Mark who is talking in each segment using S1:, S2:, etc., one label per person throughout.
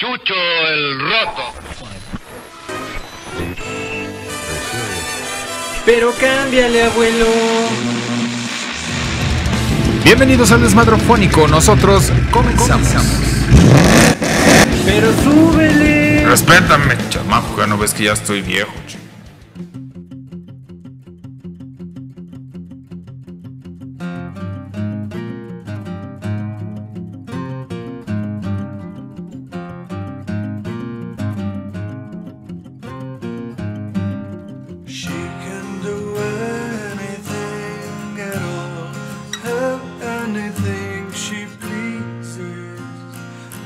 S1: Papucho el Roto.
S2: Pero cámbiale, abuelo.
S3: Bienvenidos al desmadrofónico. Nosotros comenzamos.
S2: Pero súbele.
S3: Respétame, chamaco, ya no ves que ya estoy viejo.
S4: She can do anything at all, have anything she pleases.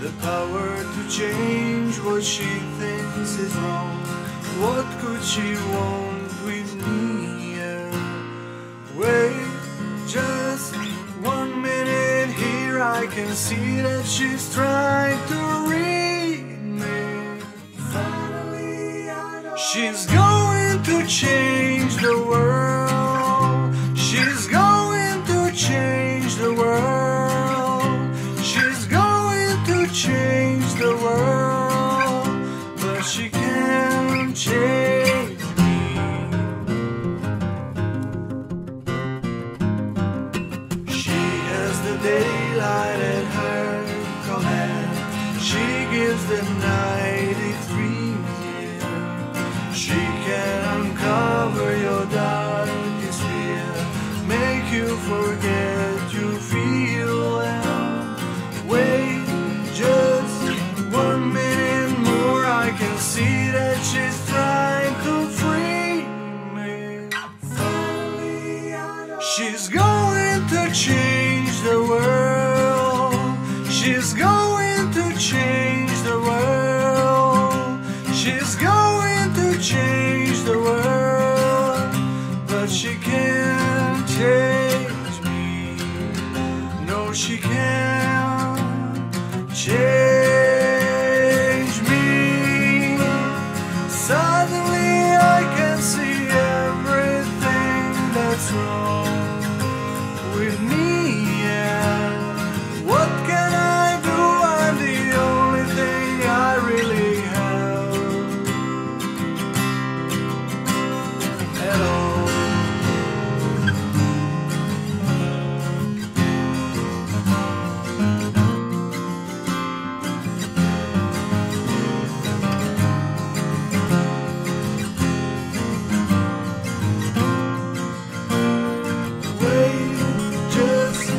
S4: The power to change what she thinks is wrong. What could she want with me? Wait just one minute here, I can see that she's trying to read me. Finally, I know. She's going to change the world. She's going to change the world. She's going to change the world. But she can't change me. She has the daylight at her command. She gives the night its breeze. She can uncover your darkest fear, make you forget you feel well. Wait just one minute more. I can see that she's trying to free me. She's going to change the world. She's going to change the world. She's going to change the world. But she can't change me. No, she can't change me. Suddenly I can see everything that's wrong with me. And what can I do? I'm the only thing I really have at all. Wait just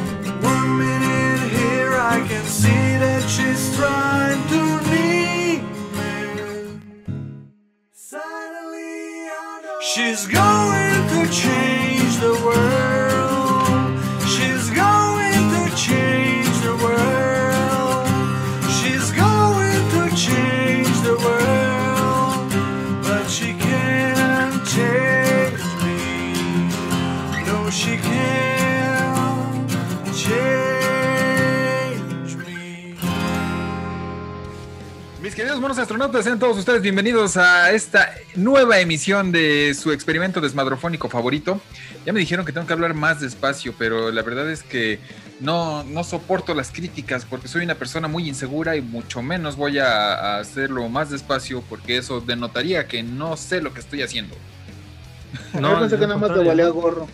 S4: one minute here. I can see that she's trying to leave me. Suddenly, I know she's going to change the world. She's going to change the world. She's going to change the world, but she can't change me. No, she can't change me.
S3: Mis queridos monos astronautas, sean todos ustedes bienvenidos a esta nueva emisión de su experimento desmadrofónico favorito. Ya me dijeron que tengo que hablar más despacio, pero la verdad es que no, no soporto las críticas porque soy una persona muy insegura y mucho menos voy a, a hacerlo más despacio porque eso denotaría que no sé lo que estoy haciendo.
S5: No, yo pensé que
S2: al
S5: nada más te
S2: contrario.
S5: valía gorro.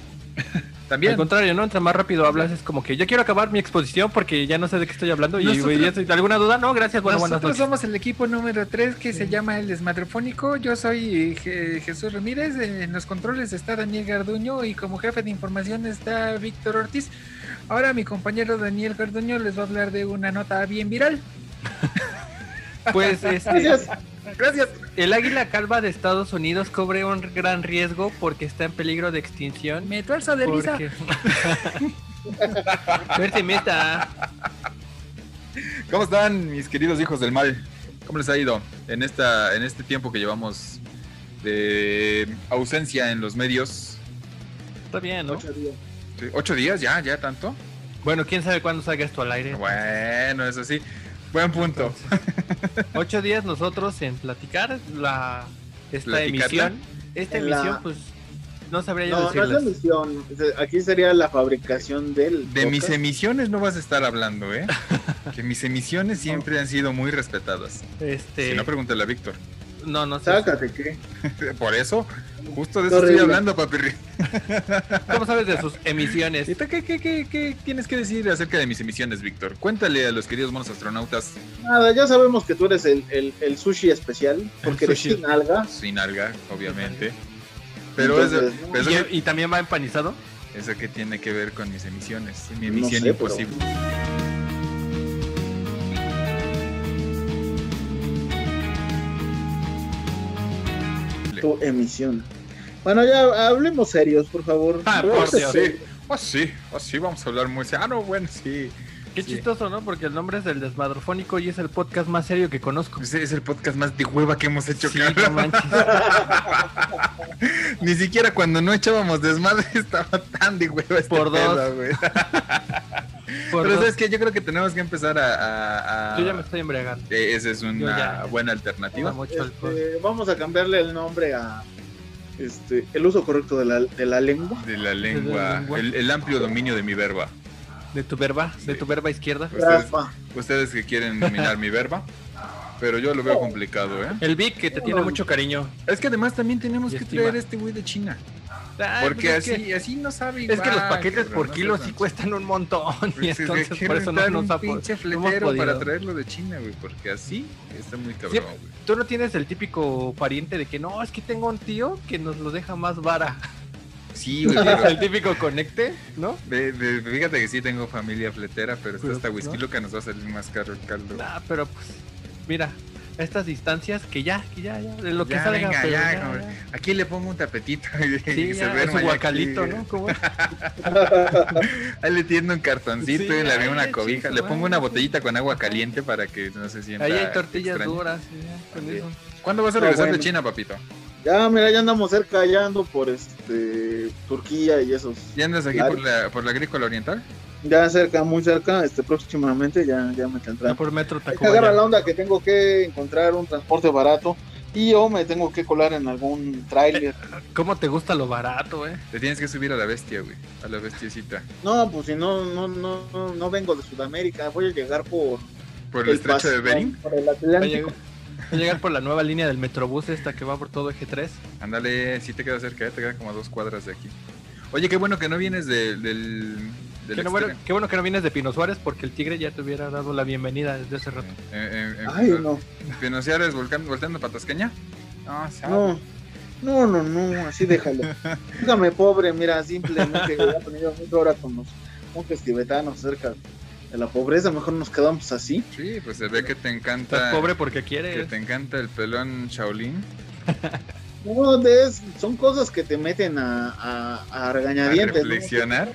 S3: También.
S2: Al contrario, ¿no? Entre más rápido hablas, es como que yo quiero acabar mi exposición porque ya no sé de qué estoy hablando. Y
S3: Nosotros-
S2: güey, ya estoy- ¿alguna duda? No, gracias. Bueno, buenas
S3: Nosotros
S2: noches.
S3: somos el equipo número 3 que se llama el Desmadrofónico. Yo soy eh, Je- Jesús Ramírez. En los controles está Daniel Garduño y como jefe de información está Víctor Ortiz. Ahora mi compañero Daniel Garduño les va a hablar de una nota bien viral.
S2: Pues este,
S5: Gracias.
S3: Gracias.
S2: el águila calva de Estados Unidos cobre un gran riesgo porque está en peligro de extinción.
S3: Me tuerzo de risa.
S2: Porque... Suerte, meta.
S3: ¿Cómo están mis queridos hijos del mal? ¿Cómo les ha ido en, esta, en este tiempo que llevamos de ausencia en los medios?
S2: Está bien, ¿no?
S5: Ocho días.
S3: ¿Ocho días ya? ¿Ya tanto?
S2: Bueno, quién sabe cuándo salga esto al aire.
S3: Bueno, eso sí. Buen punto.
S2: Ocho días nosotros en platicar la esta
S3: Platicarla.
S2: emisión. Esta
S5: En la-
S2: emisión, pues, no sabría yo
S5: No, no es la
S2: decirles.
S5: misión. Aquí sería la fabricación del.
S3: De mis
S5: podcast.
S3: emisiones no vas a estar hablando, ¿eh? Que mis emisiones siempre han sido muy respetadas. Si
S2: Este,
S3: no,
S2: no,
S3: pregúntale a Víctor.
S2: no, sé.
S5: Sácate, ¿qué?
S3: Por eso, justo de eso estoy
S5: Horrible.
S3: hablando, papi.
S2: ¿Cómo sabes de sus emisiones?
S3: ¿Y tú qué, qué, qué, qué tienes que decir acerca de mis emisiones, Víctor? Cuéntale a los queridos monos astronautas
S5: Nada, ya sabemos que tú eres el, el- el sushi especial, porque eres
S2: sushi.
S5: sin alga.
S3: sin alga, obviamente. Pero
S5: Entonces,
S3: eso,
S5: ¿no?
S3: pero eso
S2: ¿Y, y también va empanizado?
S3: que- eso que tiene que ver con mis emisiones, mi
S5: No
S3: emisión
S5: sé, pero-
S3: imposible.
S5: Tu emisión. Bueno, ya hablemos serios, por favor. Este,
S2: Ah, por Dios.
S3: Sí, ah, sí, ah, sí, vamos a hablar muy. Ah, no, bueno, sí.
S2: Qué
S3: Sí.
S2: chistoso, ¿no? Porque el nombre es del desmadrofónico y es el podcast más serio que conozco.
S3: Pues es el podcast más de hueva que hemos hecho,
S2: Sí,
S3: cabrón.
S2: no manches.
S3: Ni siquiera cuando no echábamos desmadre estaba tan de hueva este
S2: Por dos.
S3: pedo, güey.
S2: Por
S3: Pero
S2: dos,
S3: sabes que yo creo que tenemos que empezar a. a- a-
S2: yo ya me estoy embriagando.
S3: Eh, Esa es una
S2: ya.
S3: buena alternativa.
S2: Mucho alcohol.
S5: Este, vamos a cambiarle el nombre a este, el uso correcto de la, de la lengua.
S3: De la
S2: De la
S3: lengua,
S2: lengua.
S3: el, el amplio dominio de mi verba.
S5: Este-
S2: De tu verba, de tu verba izquierda.
S3: Ustedes,
S5: Rafa.
S3: ustedes que quieren dominar mi verba, pero yo lo veo complicado, ¿eh?
S2: El Vic que te tiene mucho cariño.
S3: Es que además también tenemos
S2: Y
S3: que
S2: estima.
S3: traer a este güey de China.
S2: Ay,
S3: Porque
S2: pues es
S3: así, así no sabe
S2: que, es que los
S3: igual,
S2: paquetes
S3: cabrón,
S2: por
S3: no
S2: kilo
S3: seas
S2: sí
S3: tan-
S2: cuestan un montón. Y
S3: Pues es que
S2: entonces
S3: quiero
S2: por eso no
S3: dar
S2: nos
S3: un
S2: ha po-
S3: pinche
S2: no hemos
S3: fletero para
S2: podido.
S3: traerlo de China, güey, porque así está muy cabrón,
S2: Siempre-
S3: güey.
S2: Tú no tienes el típico pariente de que no, es que tengo un tío que nos lo deja más vara.
S3: Sí, güey, pero-
S2: el típico conecte, ¿no?
S3: de- de- fíjate que sí tengo familia fletera, pero está
S2: Pero,
S3: hasta
S2: ¿no?
S3: whisky que nos va a salir más caro el caldo.
S2: Nah, pero pues, mira, estas distancias que ya, que ya, ya, de lo que
S3: Ya,
S2: salga.
S3: venga,
S2: pero
S3: ya,
S2: ya,
S3: cabrón.
S2: ya.
S3: Aquí le pongo un tapetito y
S2: Sí,
S3: se
S2: ya,
S3: ve
S2: es un guacalito, ¿no? ¿Cómo es?
S3: Ahí le tiendo un cartoncito
S2: Sí,
S3: y le
S2: ay,
S3: agrego una
S2: chinga,
S3: cobija. Le
S2: madre.
S3: pongo una botellita con agua caliente para que no se sienta.
S2: Ahí hay tortillas
S3: extraño.
S2: duras. ya, con
S3: También.
S2: eso.
S3: ¿Cuándo vas a
S5: Pero
S3: regresar de
S5: bueno.
S3: China, papito?
S5: Ya, mira, ya andamos cerca, ya ando por este Turquía y esos.
S3: ¿Ya andas aquí
S5: Claro.
S3: por la, por la agrícola oriental?
S5: Ya cerca, muy cerca, este próximamente ya, ya me
S2: Ya
S5: tendrán.
S2: por metro
S5: Hay que agarrar
S2: Tacubaya.
S5: la onda que tengo que encontrar un transporte barato y yo me tengo que colar en algún tráiler.
S2: ¿Cómo te gusta lo barato, eh?
S3: Te tienes que subir a la bestia, güey. A la bestiecita.
S5: No, pues si no, no, no, no, no vengo de Sudamérica, voy a llegar por
S3: ¿Por el, estrecho de
S5: Pacífico,
S3: Bering?
S5: Por el
S2: Va a
S5: Atlántico.
S2: llegar, va a llegar por la nueva línea del Metrobús esta que va por todo eje 3.
S3: Ándale, sí te queda cerca, ¿eh? te queda como a dos cuadras de aquí. Oye, qué bueno que no vienes de- del. del
S2: Qué no bueno, qué bueno que no vienes de Pino Suárez porque el Tigre ya te hubiera dado la bienvenida desde hace rato.
S3: extremo. Eh, eh, eh,
S5: Ay, no,
S3: ¿Pinociares volcando- volteando para Tasqueña? No, sabe.
S5: no. No, no, no, así déjalo. Dígame, pobre, mira, simplemente ya he tenido mucho ahora con los monjes tibetanos cerca de la pobreza, mejor nos quedamos así.
S3: Sí, pues se ve que te encanta.
S2: Estás pobre porque
S3: Que
S2: quieres.
S3: te encanta el pelón Shaolin.
S5: No, de- es- son cosas que te meten a, a, a
S3: A
S5: regañadientes. ¿no?
S3: reflexionar.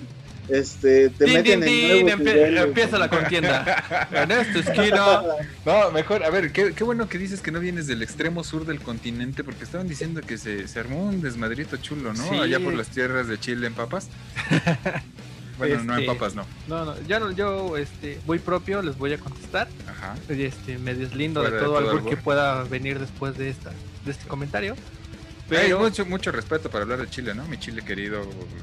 S5: Este, te
S2: Tin,
S5: meten
S2: tin,
S5: en
S2: tin,
S5: nuevos
S2: empie-
S5: niveles.
S2: empieza la contienda. En esta esquina.
S3: No, mejor, a ver, qué, qué bueno que dices que no vienes del extremo sur del continente, porque estaban diciendo que se, se armó un desmadrito chulo, ¿no?
S2: Sí.
S3: Allá por las tierras de Chile en papas. bueno, no en
S2: Este.
S3: papas, no.
S2: No, no, yo, no- yo este, voy propio, les voy a contestar.
S3: Ajá.
S2: Y, Este, me deslindo
S3: Fuera
S2: de
S3: de
S2: todo
S3: todo
S2: algo
S3: albur.
S2: que pueda venir después de, esta, de este comentario.
S3: Hay
S2: Pero
S3: mucho, mucho respeto para hablar de Chile, ¿no? Mi Chile querido,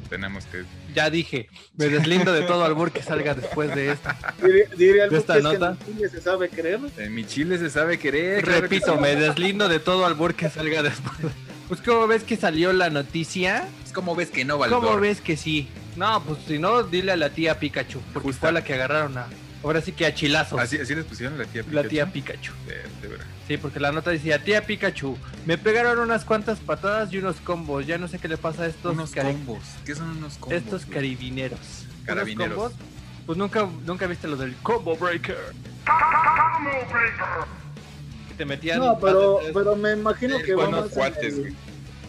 S3: tenemos que.
S2: ya dije, me deslindo de todo albur que salga después de esto.
S5: Diría, diría algo
S2: ¿De esta
S5: que es
S2: nota?
S5: que en Chile se sabe creer.
S3: En mi Chile se sabe querer. claro que
S2: Repito, me deslindo de todo albur que salga después. Pues, ¿cómo ves que salió la noticia?
S3: sí. ¿Cómo ves que no, Valdor?
S2: ¿Cómo ves que sí? No, pues si no, dile a la tía Pikachu, porque
S3: Justa.
S2: fue a la que agarraron a. Ahora sí que a chilazos.
S3: Así, así les pusieron la tía
S2: la
S3: Pikachu?
S2: tía Pikachu.
S3: De- de verdad.
S2: Sí, porque la nota decía, tía Pikachu, me pegaron unas cuantas patadas y unos combos. Ya no sé qué le pasa a estos,
S3: Unos
S2: cari-
S3: combos. ¿Qué son unos combos?
S2: estos
S3: güey?
S2: caribineros. ¿Unos
S3: Carabineros.
S2: combos? Pues nunca, nunca viste lo del combo breaker. Que te metían.
S5: No, pero,
S2: hace-
S5: pero me imagino que
S3: Buenos
S5: vamos
S3: cuates,
S5: en,
S3: güey.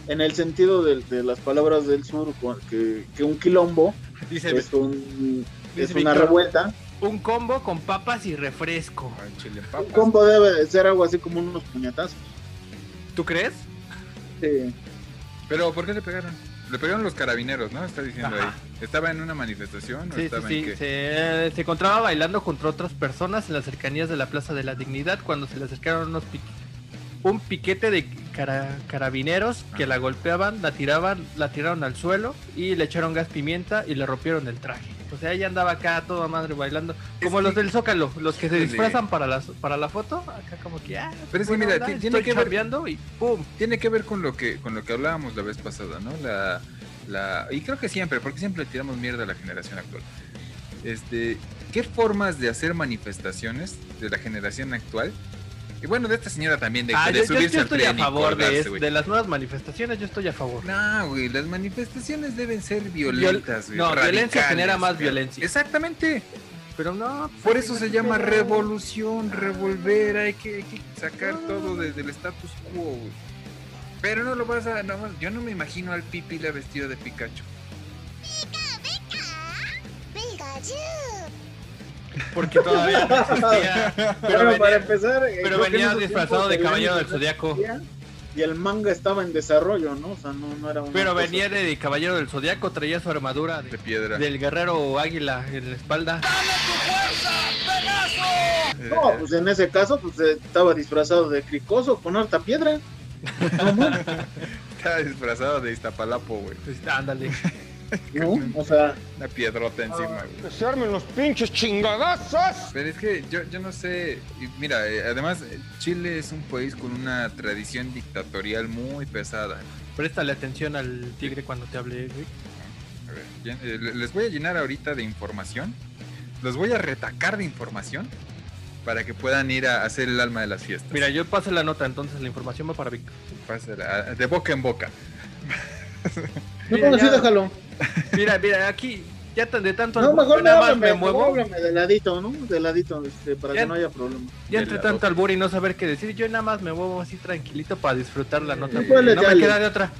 S5: el, en el sentido de, de las palabras del sur, cu- que, que un quilombo
S2: dice,
S5: es, un, es
S2: dice
S5: una
S2: Víctor,
S5: revuelta.
S2: un combo con papas y refresco.
S3: Ah, chile en
S5: Un
S3: papas.
S5: combo debe de ser algo así como unos puñetazos.
S2: ¿Tú crees?
S5: Sí.
S3: Pero ¿por qué le pegaron? Le pegaron los carabineros, ¿no? Está diciendo
S2: Ajá.
S3: ahí. ¿Estaba en una manifestación o
S2: Sí, sí,
S3: estaba en
S2: sí.
S3: qué?
S2: Se, se encontraba bailando contra otras personas en las cercanías de la Plaza de la Dignidad cuando se le acercaron unos pi- un piquete de cara- carabineros que la golpeaban, la tiraban, la tiraron al suelo y le echaron gas pimienta y le rompieron el traje. O sea, ella andaba acá a toda madre bailando, como
S3: que-
S2: los del Zócalo, los que se
S3: Híjole.
S2: disfrazan para la, para la foto, acá como que, ah,
S3: Pero es que
S2: buena
S3: mira,
S2: onda,
S3: ti-
S2: estoy
S3: tiene que ver-
S2: chambeando y pum,
S3: Tiene que ver con lo que, con lo que hablábamos la vez pasada, ¿no? La, la, y creo que siempre, porque siempre le tiramos mierda a la generación actual. Este, ¿qué formas de hacer manifestaciones de la generación actual? Y bueno, de esta señora también, de,
S2: Ah,
S3: de
S2: yo, yo- yo
S3: subirse al
S2: estoy a
S3: tren y
S2: favor de,
S3: colgarse,
S2: es-
S3: güey.
S2: de las nuevas manifestaciones, yo estoy a favor.
S3: No, güey, las manifestaciones deben ser violentas, güey.
S2: no, violencia
S3: radicales,
S2: genera más
S3: güey.
S2: violencia.
S3: Exactamente.
S2: Pero no,
S3: Por eso se llama revolución, revolver, hay que, hay que sacar
S2: Ah.
S3: todo desde el status quo, güey. Pero no lo vas a, no, más- yo no me imagino al Pipila vestido de Pikachu.
S2: porque todavía no existía. Pero,
S5: Bueno,
S2: venía,
S5: para empezar, eh,
S2: pero
S5: creo que en
S2: venía
S5: esos
S2: disfrazado
S5: tiempos
S2: de
S5: el
S2: caballero
S5: anime
S2: del zodiaco.
S5: existía Y el manga estaba en desarrollo, ¿no? O sea, no, no era una
S2: Pero
S5: cosa-
S2: venía de caballero del zodiaco, traía su armadura de-
S3: De piedra.
S2: del guerrero águila en la espalda.
S3: Eh,
S5: No, pues en ese caso, pues eh, estaba disfrazado de cricoso con harta piedra.
S3: Está disfrazado de Iztapalapo, güey.
S2: Pues, ándale.
S5: ¿No? O sea,
S3: Una piedrota
S2: Ah.
S3: encima,
S6: Que
S3: güey.
S6: se armen los pinches chingadazos.
S3: Pero es que yo, yo no sé, y mira, eh, además eh, Chile es un país con una tradición dictatorial muy pesada.
S2: Préstale atención al tigre cuando te hable, güey.
S3: A ver, llen- eh, le- les voy a llenar ahorita de información. Los voy a retacar de información para que puedan ir a hacer el alma de las fiestas.
S2: Mira, yo pasé la nota, entonces la información va para Víctor.
S3: Pásala, de boca en boca.
S5: no,
S2: Mira,
S5: no, sí,
S2: ya-
S5: déjalo.
S2: Mira, mira, aquí ya tan- de tanto
S5: No,
S2: albur,
S5: mejor
S2: yo
S5: no
S2: nada más
S5: háblame,
S2: me
S5: mejor
S2: muevo.
S5: háblame de ladito, ¿no? De ladito, este, para
S2: Ya-
S5: que no haya problema.
S2: Ya
S3: de
S2: entre
S3: la
S2: tanto
S3: boca.
S2: albur y no saber qué decir, yo nada más me muevo así tranquilito para disfrutar la nota.
S5: Eh,
S2: porque no me
S5: dale.
S2: queda de otra.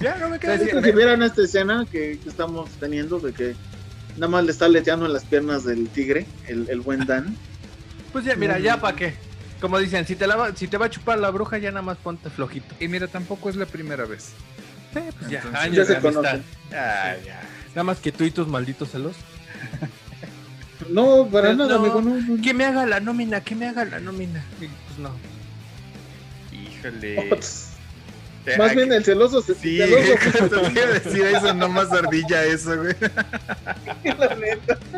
S3: Ya, no me queda
S5: Es que si vieran esta escena que, que estamos teniendo de que nada más le está leteando en las piernas del tigre, el, el buen Dan.
S2: Pues ya, mira, ya para qué. Como dicen, si te, la va, si te va a chupar la bruja, ya nada más ponte flojito.
S3: Y mira, tampoco es la primera vez.
S2: Sí, pues ya,
S3: Entonces,
S2: años
S5: ya se
S2: de amistad.
S5: conocen.
S2: Nada más que tú y tus malditos celos.
S5: No, para
S2: Pues
S5: nada,
S2: no.
S5: amigo, no, no, no.
S2: Que me haga la nómina, que me haga la nómina. Y, Pues no.
S5: Eh,
S3: Híjole. Te-
S5: pues, Más
S3: ay,
S5: bien el celoso se
S3: Sí,
S5: celoso,
S3: justo te iba a decir eso, no más ardilla eso, güey.
S5: la neta.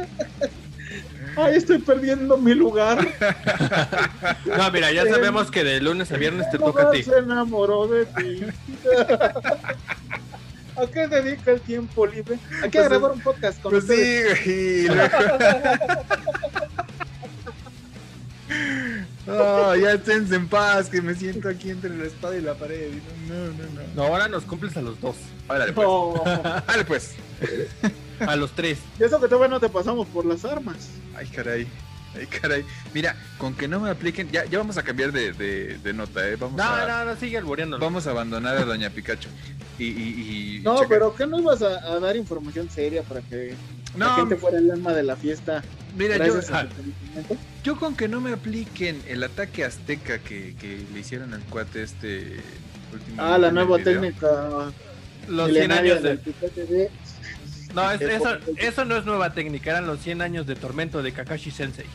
S5: Ay, estoy perdiendo mi lugar.
S2: No, mira, ya
S5: Sí.
S2: sabemos que de lunes a viernes te
S5: Mi
S2: toca a
S5: lugar
S2: ti.
S5: Se enamoró de ti. ¿A qué dedica el tiempo libre? ¿A qué
S3: Pues,
S5: grabar un podcast con
S3: Pues
S5: ustedes?
S3: sí, güey. y luego- No, ya esténse en paz, que me siento aquí entre la espada y la pared. y No, no, no. no.
S2: No, ahora nos cumples a los dos.
S3: Órale, pues.
S5: No,
S3: Órale, pues.
S2: A los tres.
S5: y eso que todavía no te pasamos por las armas.
S3: Ay, caray. Ay, caray. Mira, con que no me apliquen. Ya, ya vamos a cambiar de, de- de nota, ¿eh? Vamos,
S2: No,
S3: a,
S2: no, no, sigue alboreándolo.
S3: vamos a abandonar a Doña Pikachu. Y. y- y-
S5: No,
S3: checa-
S5: pero ¿qué no ibas a, a dar información seria para que la
S3: No,
S5: gente fuera el alma de la fiesta?
S3: mira, yo,
S5: gracias a
S2: ah.
S5: tu conocimiento?
S3: yo con que no me apliquen el ataque azteca que, que le hicieron al cuate este último.
S5: Ah, la
S3: en el
S5: nueva
S3: video.
S5: técnica
S2: Los 100
S5: milenaria
S2: años
S5: del
S2: de...
S5: Picante de...
S2: No, es- eso, eso no es nueva técnica, eran los 100 años de tormento de Kakashi Sensei.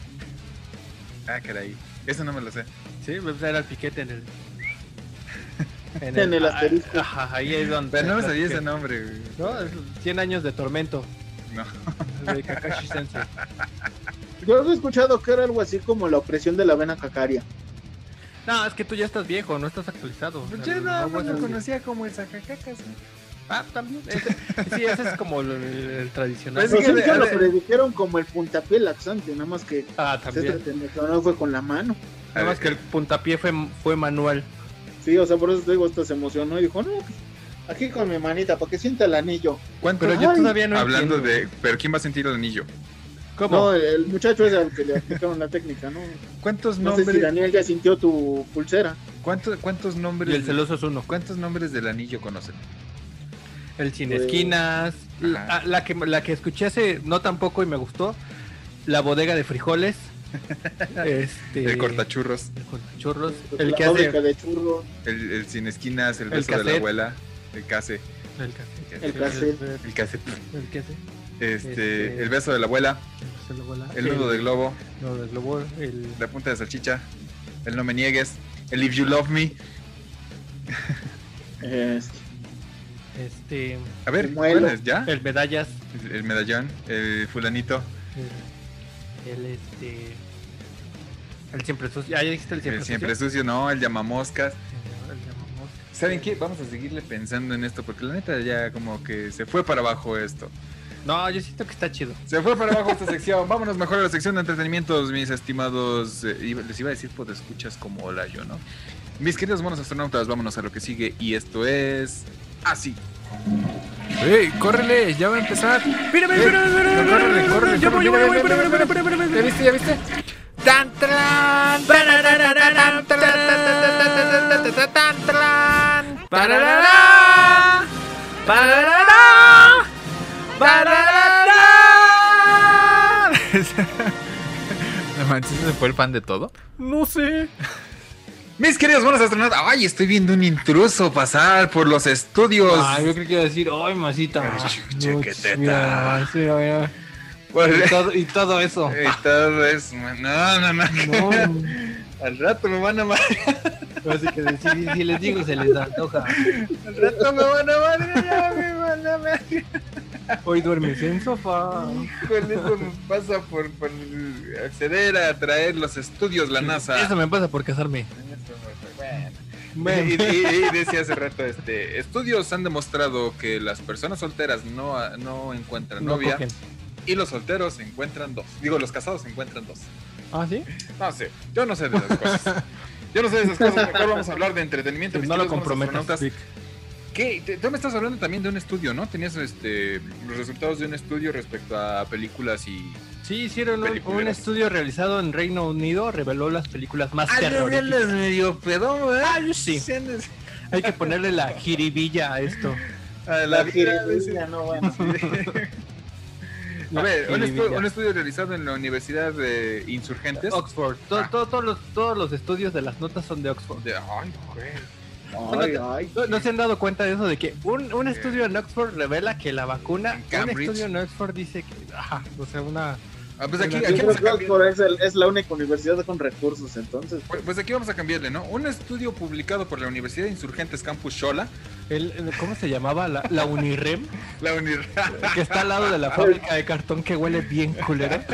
S3: Ah, caray. Eso no me lo sé.
S2: Sí, pues era el piquete en el... ah,
S5: En el asterisco.
S2: Ajá, ahí es donde...
S3: Pero no me sabía ese nombre, güey.
S2: No, es 100 años de tormento.
S3: No.
S2: De Kakashi Sensei.
S5: Yo había escuchado que era algo así como la opresión de la vena cacaria.
S2: No, es que tú ya estás viejo, no estás actualizado. O
S3: Yo
S2: sea, no
S3: Pues nada más
S2: aguas-
S3: lo conocía como el sacacacas.
S2: Ah, también. Ese- sí, ese es como el, el- el tradicional.
S3: Pues sí
S5: Los
S3: que-
S5: Simpson
S3: a
S5: lo
S3: ver.
S5: predijeron como el puntapié laxante, nada más que
S2: ah,
S5: se
S2: también.
S5: no fue con la mano.
S3: A
S2: Nada
S3: ver,
S2: más que el puntapié fue, fue manual.
S5: Sí, o sea, por eso te digo, hasta se emocionó y dijo, no, pues, aquí con mi manita, para que sienta el anillo.
S3: ¿Cuánto?
S2: Pero yo
S5: Ay.
S2: todavía no
S3: Hablando
S2: entiendo.
S3: de. ¿Pero quién va a sentir el anillo?
S2: ¿Cómo?
S5: No, el muchacho es al que le aplicaron la técnica, ¿no?
S3: ¿Cuántos
S5: No sé si
S3: nombres?
S5: Daniel ya sintió tu pulsera.
S3: ¿Cuántos, cuántos nombres?
S2: y el celoso es uno.
S3: ¿Cuántos nombres del anillo conocen?
S2: El sin
S3: Pues-
S2: esquinas.
S3: Ajá.
S2: La, la que, la que escuché hace no tampoco y me gustó. La bodega de frijoles. este,
S3: El cortachurros,
S2: El cortachurros.
S5: Pues,
S2: El
S5: la
S2: que
S5: fábrica
S2: hace.
S5: de churros,
S3: el, el sin esquinas, el
S2: El
S3: beso de la
S2: cassette.
S3: abuela, el case,
S2: El cassette.
S5: el cassette.
S3: el case,
S2: El que hace.
S3: este,
S2: Este-
S3: el beso de la abuela,
S2: se lo vuela.
S3: el nudo de globo,
S2: nudo de globo, el-
S3: la punta de salchicha, el no me niegues, el if you love me,
S5: Este,
S2: Este,
S3: A ver,
S5: El muelo.
S3: ¿cuál es? ¿Ya?
S2: el medallas,
S3: El, el medallón, el fulanito.
S2: el, el, este, el siempre sucio. Ah, ya dijiste el siempre
S3: El siempre
S2: sucio.
S3: sucio, no, el llamamoscas.
S2: El llamamos-
S3: ¿Saben qué? Vamos a seguirle pensando en esto porque la neta ya como que se fue para abajo esto.
S2: No, yo siento que está chido.
S3: Se fue para abajo esta sección. Vámonos mejor a la sección de entretenimientos, mis estimados. eh, iba- les iba a decir pues escuchas como hola yo, ¿no? Mis queridos monos astronautas, vámonos a lo que sigue y esto es así.
S7: ¡Ey, córrele! ¡Ya va a empezar! ¡Mira, mira, mira, mira, mira,
S3: Córrele,
S7: mira,
S3: córrele,
S7: ¡Ya voy, ya voy, ya voy! ¡Mira, mira, mira, mira, mira! ¿Ya viste, ya viste? ¡Tan, tran! ¡Parararararán, tararararán, tan, tran! ¡Pararará! ¡Pararará! ¡Pararará! No manches, ¿se fue el pan de todo? No sé.
S3: Mis queridos monos astronautas, ay, estoy viendo un intruso pasar por los estudios.
S2: Ah, yo creo que iba a decir, ay, masita. No,
S3: chiquiteta.
S2: mira, sí, mira.
S3: Por-
S2: Y todo, y todo eso.
S3: y todo eso, no, no, no. Al rato me van a matar.
S2: Así que si, si les digo, se les antoja.
S3: Al rato me van a madrear, ya me van a madrear.
S2: Hoy duermes en sofá.
S3: Híjole, eso me pasa por, por acceder a traer los estudios, la NASA.
S2: Eso me pasa por casarme.
S3: Bueno. Y, y- y decía hace rato, este, estudios han demostrado que las personas solteras no, no encuentran
S2: No
S3: novia
S2: cogen.
S3: y los solteros encuentran dos. Digo, los casados encuentran dos.
S2: Ah, sí.
S3: No sé, yo no sé de esas cosas. Yo no sé de esas cosas, mejor vamos a hablar de entretenimiento. mis
S2: Pues no lo
S3: queridos
S2: comprometas.
S3: astronautas. ¿Qué? Te- Tú me estás hablando también de un estudio, ¿no? Tenías este, los resultados de un estudio respecto a películas y...
S2: Sí, hicieron un,
S3: Películas.
S2: un estudio realizado en Reino Unido, reveló las películas más terroríficas.
S3: medio pedón, ¿verdad?
S2: Ah, yo sí. Hay que ponerle la jiribilla a esto.
S3: A la
S5: La
S3: vida,
S5: jiribilla, no, bueno.
S3: A ver, un, estu-
S2: Jiribilla.
S3: un estudio realizado en la Universidad de Insurgentes.
S2: Oxford. To-
S3: Ah.
S2: to- todos, los, todos los estudios de las notas son de Oxford.
S3: de- ay, güey.
S5: Ay, ay.
S2: ¿No, no se han dado cuenta de eso de que un, un estudio en Oxford revela que la vacuna,
S3: En
S2: un
S3: Cambridge.
S2: estudio en Oxford dice que, ajá, o sea, una...
S3: Ah, pues, aquí,
S5: Yo
S3: aquí
S5: creo
S3: vamos a
S5: que
S3: cambiar-
S5: Oxford es, el- es la única universidad con recursos, entonces.
S3: pues- pues aquí vamos a cambiarle, ¿no? Un estudio publicado por la Universidad de Insurgentes Campus Xola,
S2: el- el- ¿Cómo se llamaba? La, la Unirem,
S3: la Unirra.
S2: que está al lado de la fábrica de cartón que huele bien culera.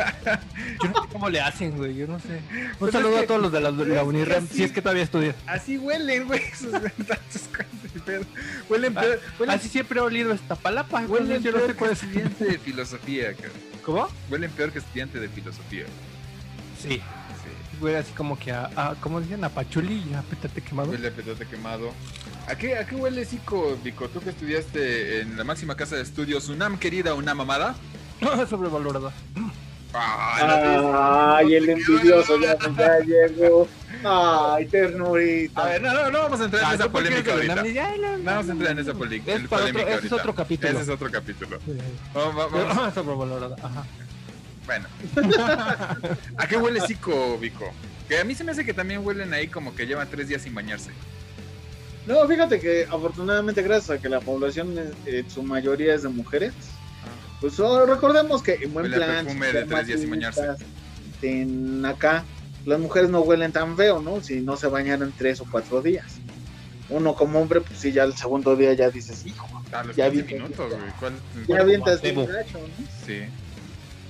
S2: Yo no sé cómo le hacen, güey, yo no sé. Un
S3: Pues es
S2: saludo
S3: que-
S2: a todos los de la, la Unirem, si es que todavía estudian.
S3: Así huelen, güey, sus tantos cuentos de pedo. Huelen
S2: Ah,
S3: peor. Huelen,
S2: Así siempre ha olido esta palapa.
S3: huelen
S2: yo no sé
S3: peor que
S2: cuál es.
S3: estudiante de filosofía, cabrón.
S2: ¿Cómo?
S3: Huelen peor que estudiante de filosofía.
S2: Sí.
S3: Sí.
S2: Huele así como que a, a ¿cómo dicen? A pachuli y a petate quemado.
S3: Huele a petate quemado. ¿A qué, ¿A qué huele, Zico, Vico? Tú que estudiaste en la máxima casa de estudios, UNAM querida, una mamada.
S2: Sobrevalorado.
S3: Ay, no
S2: Ah.
S3: te-
S5: Ay, el envidioso ya, ya llegó. Ay,
S3: A
S5: ternurita.
S3: ver, no, no, no vamos a entrar en
S2: Ah,
S3: esa
S2: ¿tú por qué
S3: polémica
S2: eres de
S3: ahorita.
S2: Nam? Dice, "Ay, no,
S3: No vamos a entrar en esa poli-
S2: Es
S3: en
S2: para otro,
S3: polémica
S2: ese es
S3: ahorita.
S2: otro capítulo.
S3: Ese es otro capítulo.
S2: Sí.
S3: Va- va- vamos-
S2: Sobrevalorado, ajá.
S3: bueno. ¿A qué huele Zico, Vico? Que a mí se me hace que también huelen ahí como que llevan tres días sin bañarse.
S5: No, fíjate que afortunadamente gracias a que la población es- en su mayoría es de mujeres, pues oh, recordemos que en buen
S3: Ah. Huele a
S5: plan,
S3: perfume
S5: si
S3: de tres días sin bañarse.
S5: masculinistas, en acá las mujeres no huelen tan feo, ¿no? Si no se bañaran tres o cuatro días. Uno como hombre, pues sí, ya el segundo día ya dices, hijo,
S3: A los
S5: Ya
S3: 15
S5: vi-
S3: minutos, güey. ¿Cuál-
S5: ya
S3: cuál-
S5: avientas bien
S2: Debo.
S5: gacho, ¿no?
S3: Sí.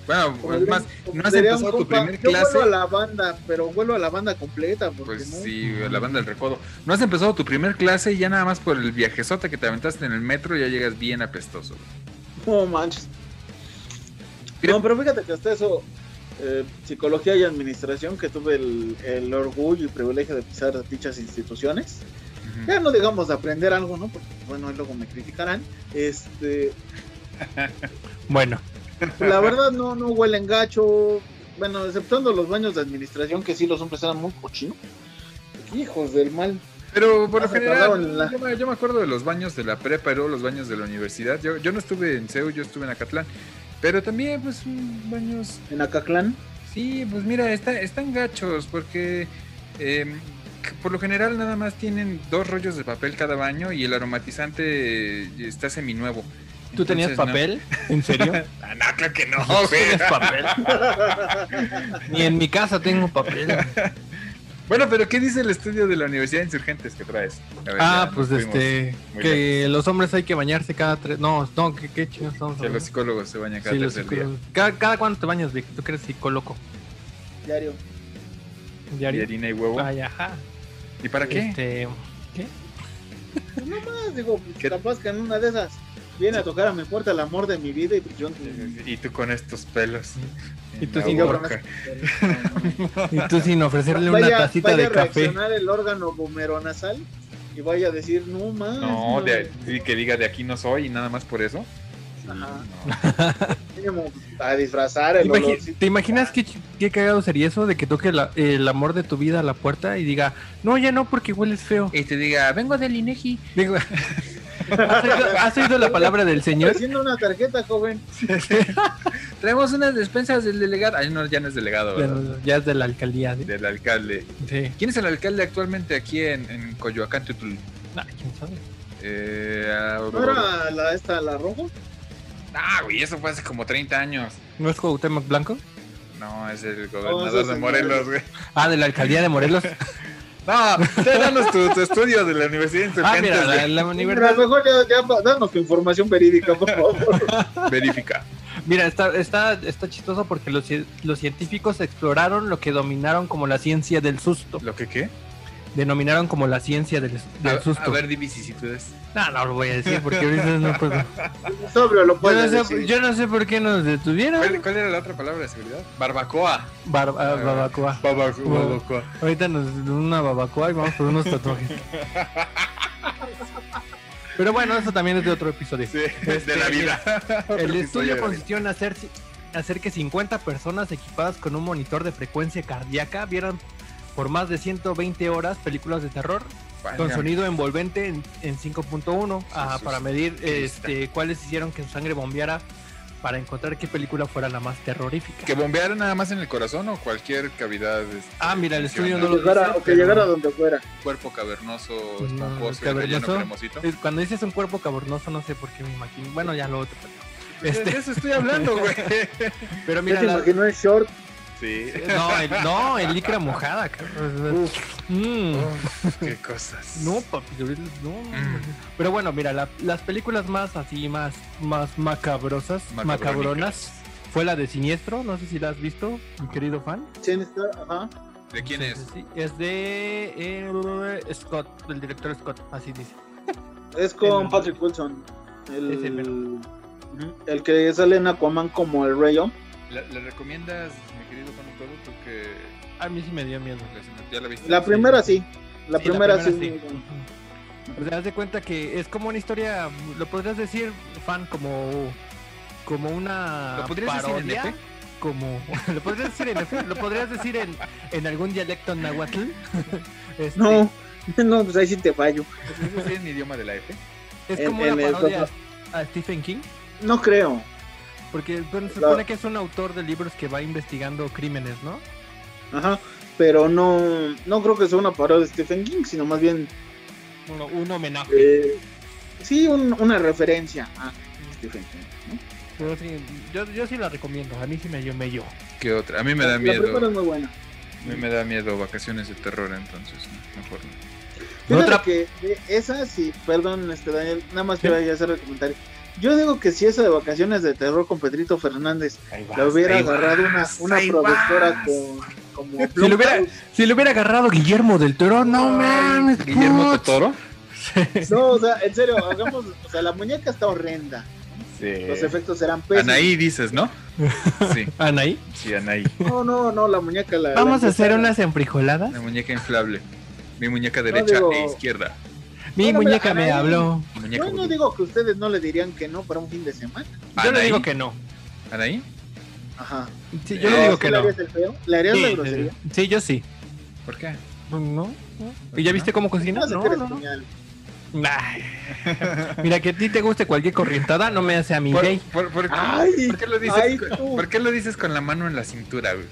S3: Bueno,
S5: Como
S3: es
S5: diría-
S3: más,
S5: como
S3: no has
S5: diría un
S3: empezado tu
S5: compa,
S3: primer
S5: Yo
S3: clase.
S5: vuelo a la banda, pero vuelo a la banda completa, porque
S3: Pues
S5: no.
S3: sí, güey, la banda del recodo. No has empezado tu primer clase y ya nada más por el viajezote que te aventaste en el metro ya llegas bien apestoso. güey.
S5: No manches.
S3: Mira-
S5: No, pero fíjate que hasta eso, eh, psicología y administración, que tuve el, el orgullo y privilegio de pisar dichas instituciones.
S3: Ujú.
S5: Ya no digamos de aprender algo, ¿no? Porque bueno, ahí luego me criticarán. Este,
S2: Bueno,
S5: la verdad no, no huelen gacho. Bueno, exceptuando los baños de administración, que sí los hombres eran muy cochinos. Hijos del mal.
S3: Pero por lo
S5: Ah, se tardaron
S3: general,
S5: en la-
S3: yo me, yo me acuerdo de los baños de la prepa y luego los baños de la universidad. Yo, yo no estuve en CEU, yo estuve en Acatlán. Pero también, pues, mm, baños.
S5: En Acatlán.
S3: Sí, pues mira, está- están gachos porque eh, por lo general nada más tienen dos rollos de papel cada baño y el aromatizante eh, está seminuevo.
S2: ¿tú tenías
S3: Entonces, no.
S2: papel? ¿En serio?
S3: Ah, no, claro que no,
S2: ¿Tú
S3: güey. Pues
S2: ¿Tienes papel? Ni en mi casa tengo papel.
S3: Bueno, pero ¿qué dice el estudio de la Universidad de Insurgentes que traes? A ver,
S2: Ah,
S3: ya
S2: pues
S3: nos fuimos.
S2: este.
S3: muy
S2: Que los hombres hay que bañarse cada tres. No, no, que qué chingados estamos
S3: Que los
S2: hablando?
S3: psicólogos se bañan cada
S2: Sí, los
S3: tercer día.
S2: psicólogos. Cada, cada cuándo te bañas, Vic. Tú que eres psicólogo.
S5: Diario.
S3: Y
S2: Diario.
S3: harina y huevo.
S2: Ay, ajá.
S3: ¿Y para qué?
S2: Este, ¿Qué?
S5: Pues no más, digo, pues,
S3: ¿Qué?
S5: capaz que en una de esas viene a tocar a mi puerta el amor de mi vida y pues yo.
S3: Y tú con estos pelos.
S2: este, Y tú
S3: En la
S2: sin
S3: boca.
S5: gorra.
S2: Y tú sin ofrecerle una
S5: Vaya-
S2: tacita
S5: vaya
S2: de
S5: a
S2: café.
S5: reaccionar el órgano gomeronasal y vaya a decir, no más.
S3: No, de-
S5: mames".
S3: y que diga de aquí no soy y nada más por eso. Sí,
S5: Ajá.
S3: no.
S5: Mínimo, a disfrazar el
S2: Imagi-
S5: olorcito.
S2: ¿Te imaginas qué, ch- qué cagado sería eso de que toque la- el amor de tu vida a la puerta y diga, no, ya no, porque hueles feo?
S3: Y te diga, vengo del Inegi.
S2: Digo, ¿Has oído, has oído la palabra del Señor?
S5: Haciendo una tarjeta, joven.
S3: Traemos unas despensas del delegado. Ay, no, ya no es delegado,
S2: Ya
S3: ¿verdad?
S2: no- Ya es de la alcaldía. ¿sí?
S3: Del alcalde.
S2: Sí.
S3: ¿Quién es el alcalde actualmente aquí en, en Coyoacán, Tutul?
S2: Ah, ¿quién sabe?
S3: Eh, ah,
S5: ¿No era la, esta, la rojo?
S3: ah, güey, eso fue hace como 30 años.
S2: ¿No es Cuauhtémoc Blanco?
S3: No, es el
S5: ese
S3: gobernador
S5: es
S3: de
S5: el
S3: Morelos, güey.
S2: Ah, de la alcaldía de Morelos.
S3: No, te danos tu, tu estudio de la Universidad
S2: Ah,
S3: Insurgentes.
S2: mira, la,
S3: güey.
S2: la
S5: Pero a
S2: universidad.
S5: lo mejor ya, ya pa- danos tu información verídica, por favor.
S3: Verifica.
S2: Mira, está, está, está chistoso porque los, ci- los científicos exploraron lo que dominaron como la ciencia del susto.
S3: ¿Lo que qué?
S2: Denominaron como la ciencia del, del
S3: A,
S2: susto.
S3: a ver, di vicisitudes.
S2: No, no lo voy a decir porque ahorita no puedo.
S5: Sobre lo
S2: Yo
S5: puedes
S2: no, sé,
S5: decir.
S2: yo no sé por qué nos detuvieron.
S3: ¿Cuál, cuál era la otra palabra de seguridad? Barbacoa.
S2: Bar- ah, babacoa.
S3: Barbacoa.
S2: Ahorita nos una babacoa y vamos por unos tatuajes. Pero bueno, eso también es de otro episodio.
S3: Sí, de la vida.
S2: El estudio
S3: Episodio de la vida.
S2: consistió en hacer, hacer que 50 personas equipadas con un monitor de frecuencia cardíaca vieran por más de 120 horas películas de terror con
S3: Válgame.
S2: sonido envolvente en, en 5.1 ah,
S3: Jesús
S2: para medir
S3: Cristo.
S2: este, cuáles hicieron que su sangre bombeara para encontrar qué película fuera la más terrorífica.
S3: ¿Que bombearon nada más en el corazón o cualquier cavidad? este,
S2: Ah, mira, el estudio
S5: Que
S2: no lo
S5: llegara-
S2: dice,
S5: o que
S2: pero-
S5: llegara donde fuera.
S3: Cuerpo cavernoso,
S2: No,
S3: esponjoso, y
S2: cavernoso.
S3: relleno cremosito.
S2: Es- Cuando dices un cuerpo cavernoso, no sé por qué me imagino. Bueno, ya lo otro.
S3: Pues
S2: Este-
S3: De eso estoy hablando, güey.
S2: Pero
S5: Yo
S2: mira,
S5: te
S2: la-
S5: imagino en short.
S3: Sí.
S2: no, el, no, el licra mojada. cabrón. Mm.
S3: Uf, qué cosas.
S2: No, papi, yo- no.
S3: Mm.
S2: Pero bueno, mira, la- las películas más así, más, más macabrosas,
S3: Macabrónicas.
S2: macabronas, fue la de Siniestro, no sé si la has visto, mi querido fan.
S5: ¿Quién está? Ajá.
S3: ¿De quién es?
S2: Sí, es de eh, Scott, del director Scott, así dice.
S5: Es con
S2: El-
S5: Patrick Wilson.
S2: Ese mero.
S5: El, el que sale en Aquaman como el Rayo.
S3: ¿Le, le recomiendas, mi querido conductor, tú que
S2: A mí sí me dio miedo.
S3: ya la viste?
S5: La primera sí. La
S2: Sí,
S5: primera sí.
S2: Ujú. O sea, haz de cuenta que es como una historia, lo podrías decir, fan, como, como una
S3: ¿Lo podrías decir en NF?
S2: como lo podrías decir en NF? lo podrías decir en, en algún dialecto náhuatl. Este,
S5: No, no, pues ahí sí te fallo.
S3: ¿Es así en idioma de la E F?
S2: es
S5: en-
S2: como
S5: en
S2: una
S5: el-
S2: parodia a Stephen King,
S5: No creo.
S2: porque bueno, se
S5: La-
S2: supone que es un autor de libros que va investigando crímenes, ¿no?
S5: Ajá. Pero no, no creo que sea una parodia de Stephen King, sino más bien
S2: Uno- un homenaje.
S5: Eh, sí, un- una referencia a Stephen King. ¿no?
S2: Pero sí, yo, yo sí la recomiendo, a mí sí me dio me dio.
S3: ¿Qué otra? A mí me da
S5: la
S3: miedo.
S5: primera es muy buena.
S3: A mí me da miedo vacaciones de terror, entonces. ¿no? Mejor no.
S5: Fíjate
S2: otra-
S5: que eh, esa, sí, perdón, este Daniel, nada más quiero ahí hacer el comentario. Yo digo que si esa de vacaciones de terror con Pedrito Fernández la hubiera agarrado una, una productora con, como
S2: Si lo, hubiera,
S5: Blumhouse,
S2: si lo hubiera agarrado Guillermo del Toro, no mames.
S3: ¿Guillermo
S2: putz.
S3: Totoro?
S5: No, o sea, en serio, hagamos, o sea, la muñeca está horrenda.
S3: Sí.
S5: Los efectos eran pésimos.
S3: Anaí dices, ¿no? Sí,
S2: Anaí,
S3: sí, Anaí.
S5: No, no, no, la muñeca la.
S2: vamos
S5: la-
S2: a hacer unas enfrijoladas.
S3: La muñeca inflable. Mi muñeca derecha
S5: digo-
S3: e izquierda.
S2: Mi
S5: Bueno, pero
S2: muñeca me
S5: Anaí-
S2: habló.
S3: Mi Muñeca
S5: Yo no
S3: vudú.
S5: digo que ustedes no le dirían que no para un fin de semana.
S2: Yo le
S3: Anaí.
S2: digo que no.
S3: ¿Anaí?
S5: Ajá.
S2: Sí, yo
S3: No,
S2: le digo
S5: ¿Sí
S2: que
S5: ¿Le
S2: no.
S5: harías el feo? ¿Le harías la
S2: Sí,
S5: grosería?
S2: sí, yo sí.
S3: ¿Por qué?
S2: No, no. ¿Y ya viste cómo cocina?
S5: No sé
S2: No,
S5: que eres
S2: no, no.
S5: genial.
S2: Ay. Mira, que a ti te guste cualquier corrientada, no me hace a mí
S3: ¿Por,
S2: gay.
S3: por- por-
S5: Ay,
S3: por qué lo dices,
S5: ay,
S3: con-
S5: tú.
S3: ¿Por qué lo dices con la mano en la cintura, güey?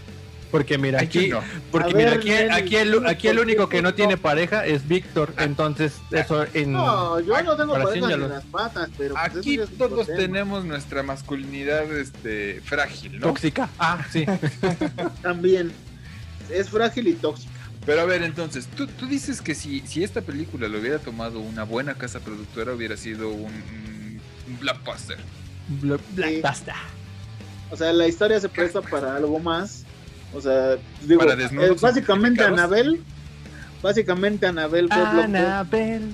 S2: Porque mira,
S3: Ay,
S2: aquí,
S3: yo no.
S2: porque
S5: A
S2: mira,
S5: ver,
S2: aquí,
S5: Nelly,
S2: aquí el, aquí el
S5: ¿por qué
S2: único que no
S5: tú
S2: tiene
S5: no?
S2: pareja es Víctor. Entonces, eso en.
S5: No, yo no tengo
S2: Ahora sí,
S5: pareja
S2: ya
S5: ni
S2: lo-
S5: las patas, pero pues
S3: Aquí
S5: eso ya es otro
S3: todos
S5: tema.
S3: tenemos nuestra masculinidad este, frágil, ¿no?
S2: Tóxica. Ah, sí.
S5: También. Es frágil y tóxica.
S3: Pero a ver, entonces, tú, tú dices que si, si esta película lo hubiera tomado una buena casa productora, hubiera sido un, un- un blockbuster.
S2: Bla- bla-
S5: Sí.
S2: Basta.
S5: O sea, la historia se presta para algo más. O sea, digo,
S3: Para desnudos
S5: eh, básicamente
S3: simplificados.
S5: Anabel, básicamente Anabel fue blockbuster,
S2: Anabel.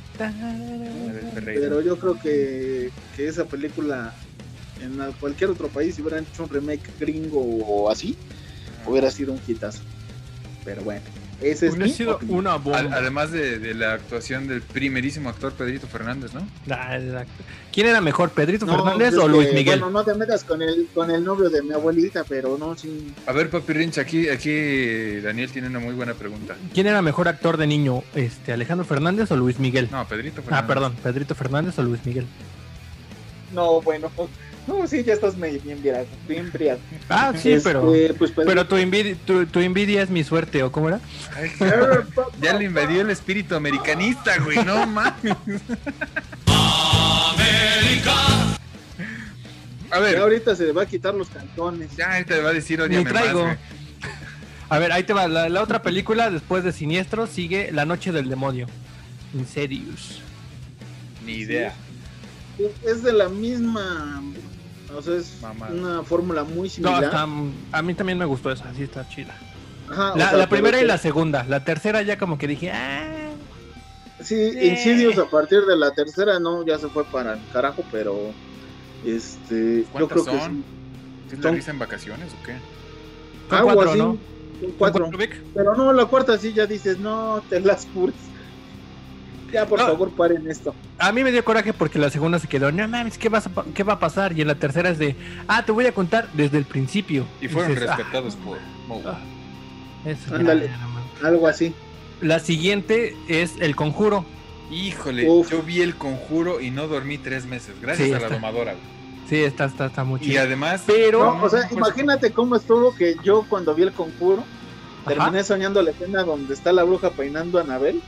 S5: pero yo creo que, que esa película en la- cualquier otro país si hubieran hecho un remake gringo o así, hubiera sido un hitazo. Pero bueno, ese es
S2: Hubiera
S5: mi
S2: sido
S5: opinión.
S2: una
S3: Al-
S2: bomba.
S3: Además de, de la actuación del primerísimo actor Pedrito Fernández, ¿no?
S2: Ah, exacto. ¿Quién era mejor, Pedrito
S5: No,
S2: Fernández
S5: pues
S2: o
S5: es
S2: Luis
S5: que,
S2: Miguel?
S5: Bueno, no te metas con el con el novio de mi abuelita, pero no sí.
S3: A ver, Papi Rinch, aquí, aquí Daniel tiene una muy buena pregunta.
S2: ¿Quién era mejor actor de niño, este Alejandro Fernández o Luis Miguel?
S3: No, Pedrito Fernández.
S2: ah, perdón, Pedrito Fernández o Luis Miguel.
S5: No, bueno. No, sí, ya estás medio bien virado, bien briago.
S2: Ah, sí,
S5: Este,
S2: pero
S5: pues, pues,
S2: pero tu envidia, tu, tu envidia es mi suerte o cómo era?
S3: Ay, ya le invadió el espíritu americanista, güey, no mames. A
S5: Ya
S3: ver,
S5: ahorita se va a quitar los cantones.
S3: ya te va a decir
S2: Ni
S3: odiame más,
S2: traigo.
S3: güey.
S2: A ver, ahí te va. La, la otra película después de Siniestro sigue La Noche del Demonio. Insidious.
S3: Ni idea.
S5: Es de la misma. O sea, es
S3: Mamá.
S5: una fórmula muy
S2: No,
S5: similar.
S2: está, a mí también me gustó esa, sí está chida.
S5: Ajá, Ah, o
S2: La,
S5: sea,
S2: la
S5: pero
S2: primera y
S5: que-
S2: la segunda. La tercera ya como que dije, ah,
S5: Sí, Insidious a partir de la tercera, no, ya se fue para el carajo, pero. Este. Yo
S3: ¿Cuántas
S5: creo que
S3: son?
S5: sí.
S3: ¿Es la
S5: Son-
S3: risa en vacaciones o qué?
S2: Son
S5: Algo
S2: cuatro,
S5: así,
S2: ¿no?
S5: son cuatro.
S2: Vic?
S5: Pero no, la cuarta sí ya dices, no, te las puras. Ya, por
S2: No.
S5: favor, paren esto.
S2: A mí me dio coraje porque la segunda se quedó, no mames, ¿qué, vas a pa- ¿qué va a pasar? Y en la tercera es de, ah, te voy a contar desde el principio.
S3: Y fueron
S2: Dices, "Ah,
S3: rescatados por Moe.
S2: ah, eso ya,
S5: Ándale.
S2: ya, no mames".
S5: Algo así.
S2: La siguiente es El Conjuro.
S3: Híjole,
S5: Uf.
S3: yo vi el conjuro y no dormí tres meses, gracias
S2: Sí,
S3: a la
S2: está.
S3: domadora. güey.
S2: Sí, está, está, está muy
S3: Y
S2: chida.
S3: además,
S2: Pero,
S5: No, o sea,
S3: pues-
S5: imagínate cómo estuvo que yo cuando vi el concurso
S2: Ajá.
S5: terminé soñando la escena donde está la bruja peinando a Anabel,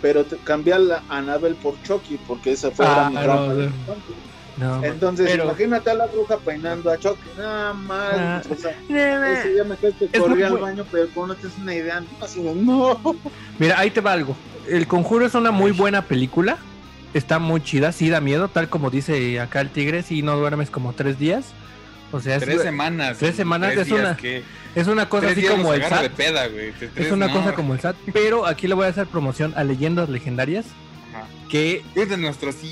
S5: pero te- cambié a, la, a Anabel por Chucky porque esa fue
S2: Ah,
S5: la mi
S2: no,
S5: rama de
S2: no.
S5: infancia.
S2: no,
S5: Entonces,
S2: pero-
S5: imagínate a la bruja peinando a Chucky, nada más.
S2: Ah.
S5: o sea,
S2: No, no.
S5: ese día me quedé que
S2: Es
S5: corrí
S2: muy
S5: al
S2: bu-
S5: baño, pero como no tienes una idea, no, así de, no.
S2: Mira, ahí te va algo. El Conjuro es una muy buena película. Está muy chida, sí da miedo, tal como dice acá el tigre, si no duermes como tres días. O sea, es,
S3: tres semanas.
S2: tres semanas
S3: tres
S2: es una-
S3: días que-
S2: es una cosa
S3: tres
S2: así
S3: días
S2: como
S3: los
S2: el
S3: agarro
S2: SAT.
S3: de peda, güey. Te-
S2: Es
S3: tres,
S2: una
S3: no.
S2: cosa como el SAT, pero aquí le voy a hacer promoción a leyendas legendarias
S3: Ajá.
S2: que
S3: Es de nuestros sí,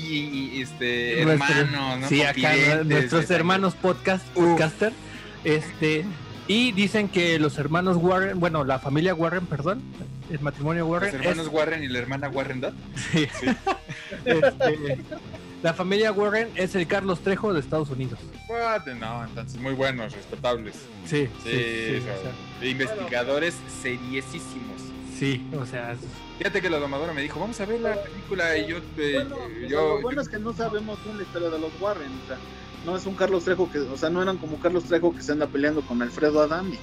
S3: y- este,
S2: nuestro-
S3: hermanos, ¿no?
S2: sí, acá,
S3: Confidentes,
S2: nuestros
S3: este, Uh.
S2: hermanos podcast,
S3: Uf.
S2: podcaster, este, y dicen que los hermanos Warren, bueno, la familia Warren, perdón, el matrimonio
S3: Los
S2: Warren,
S3: hermanos Warren y la hermana Warren Dad.
S2: es- este, la familia Warren es el Carlos Trejo de Estados Unidos.
S3: What? No, entonces muy buenos, respetables.
S2: Sí,
S3: Sí, o sea, de investigadores seriesísimos.
S2: sí, o sea, es-
S3: Fíjate que la domadora me dijo, vamos a ver la película y yo, te-
S5: Bueno, o sea,
S3: yo,
S5: lo bueno es que no sabemos bien la historia de los Warren, o sea, no es un Carlos Trejo que, o sea, no eran como Carlos Trejo que se anda peleando con Alfredo Adame.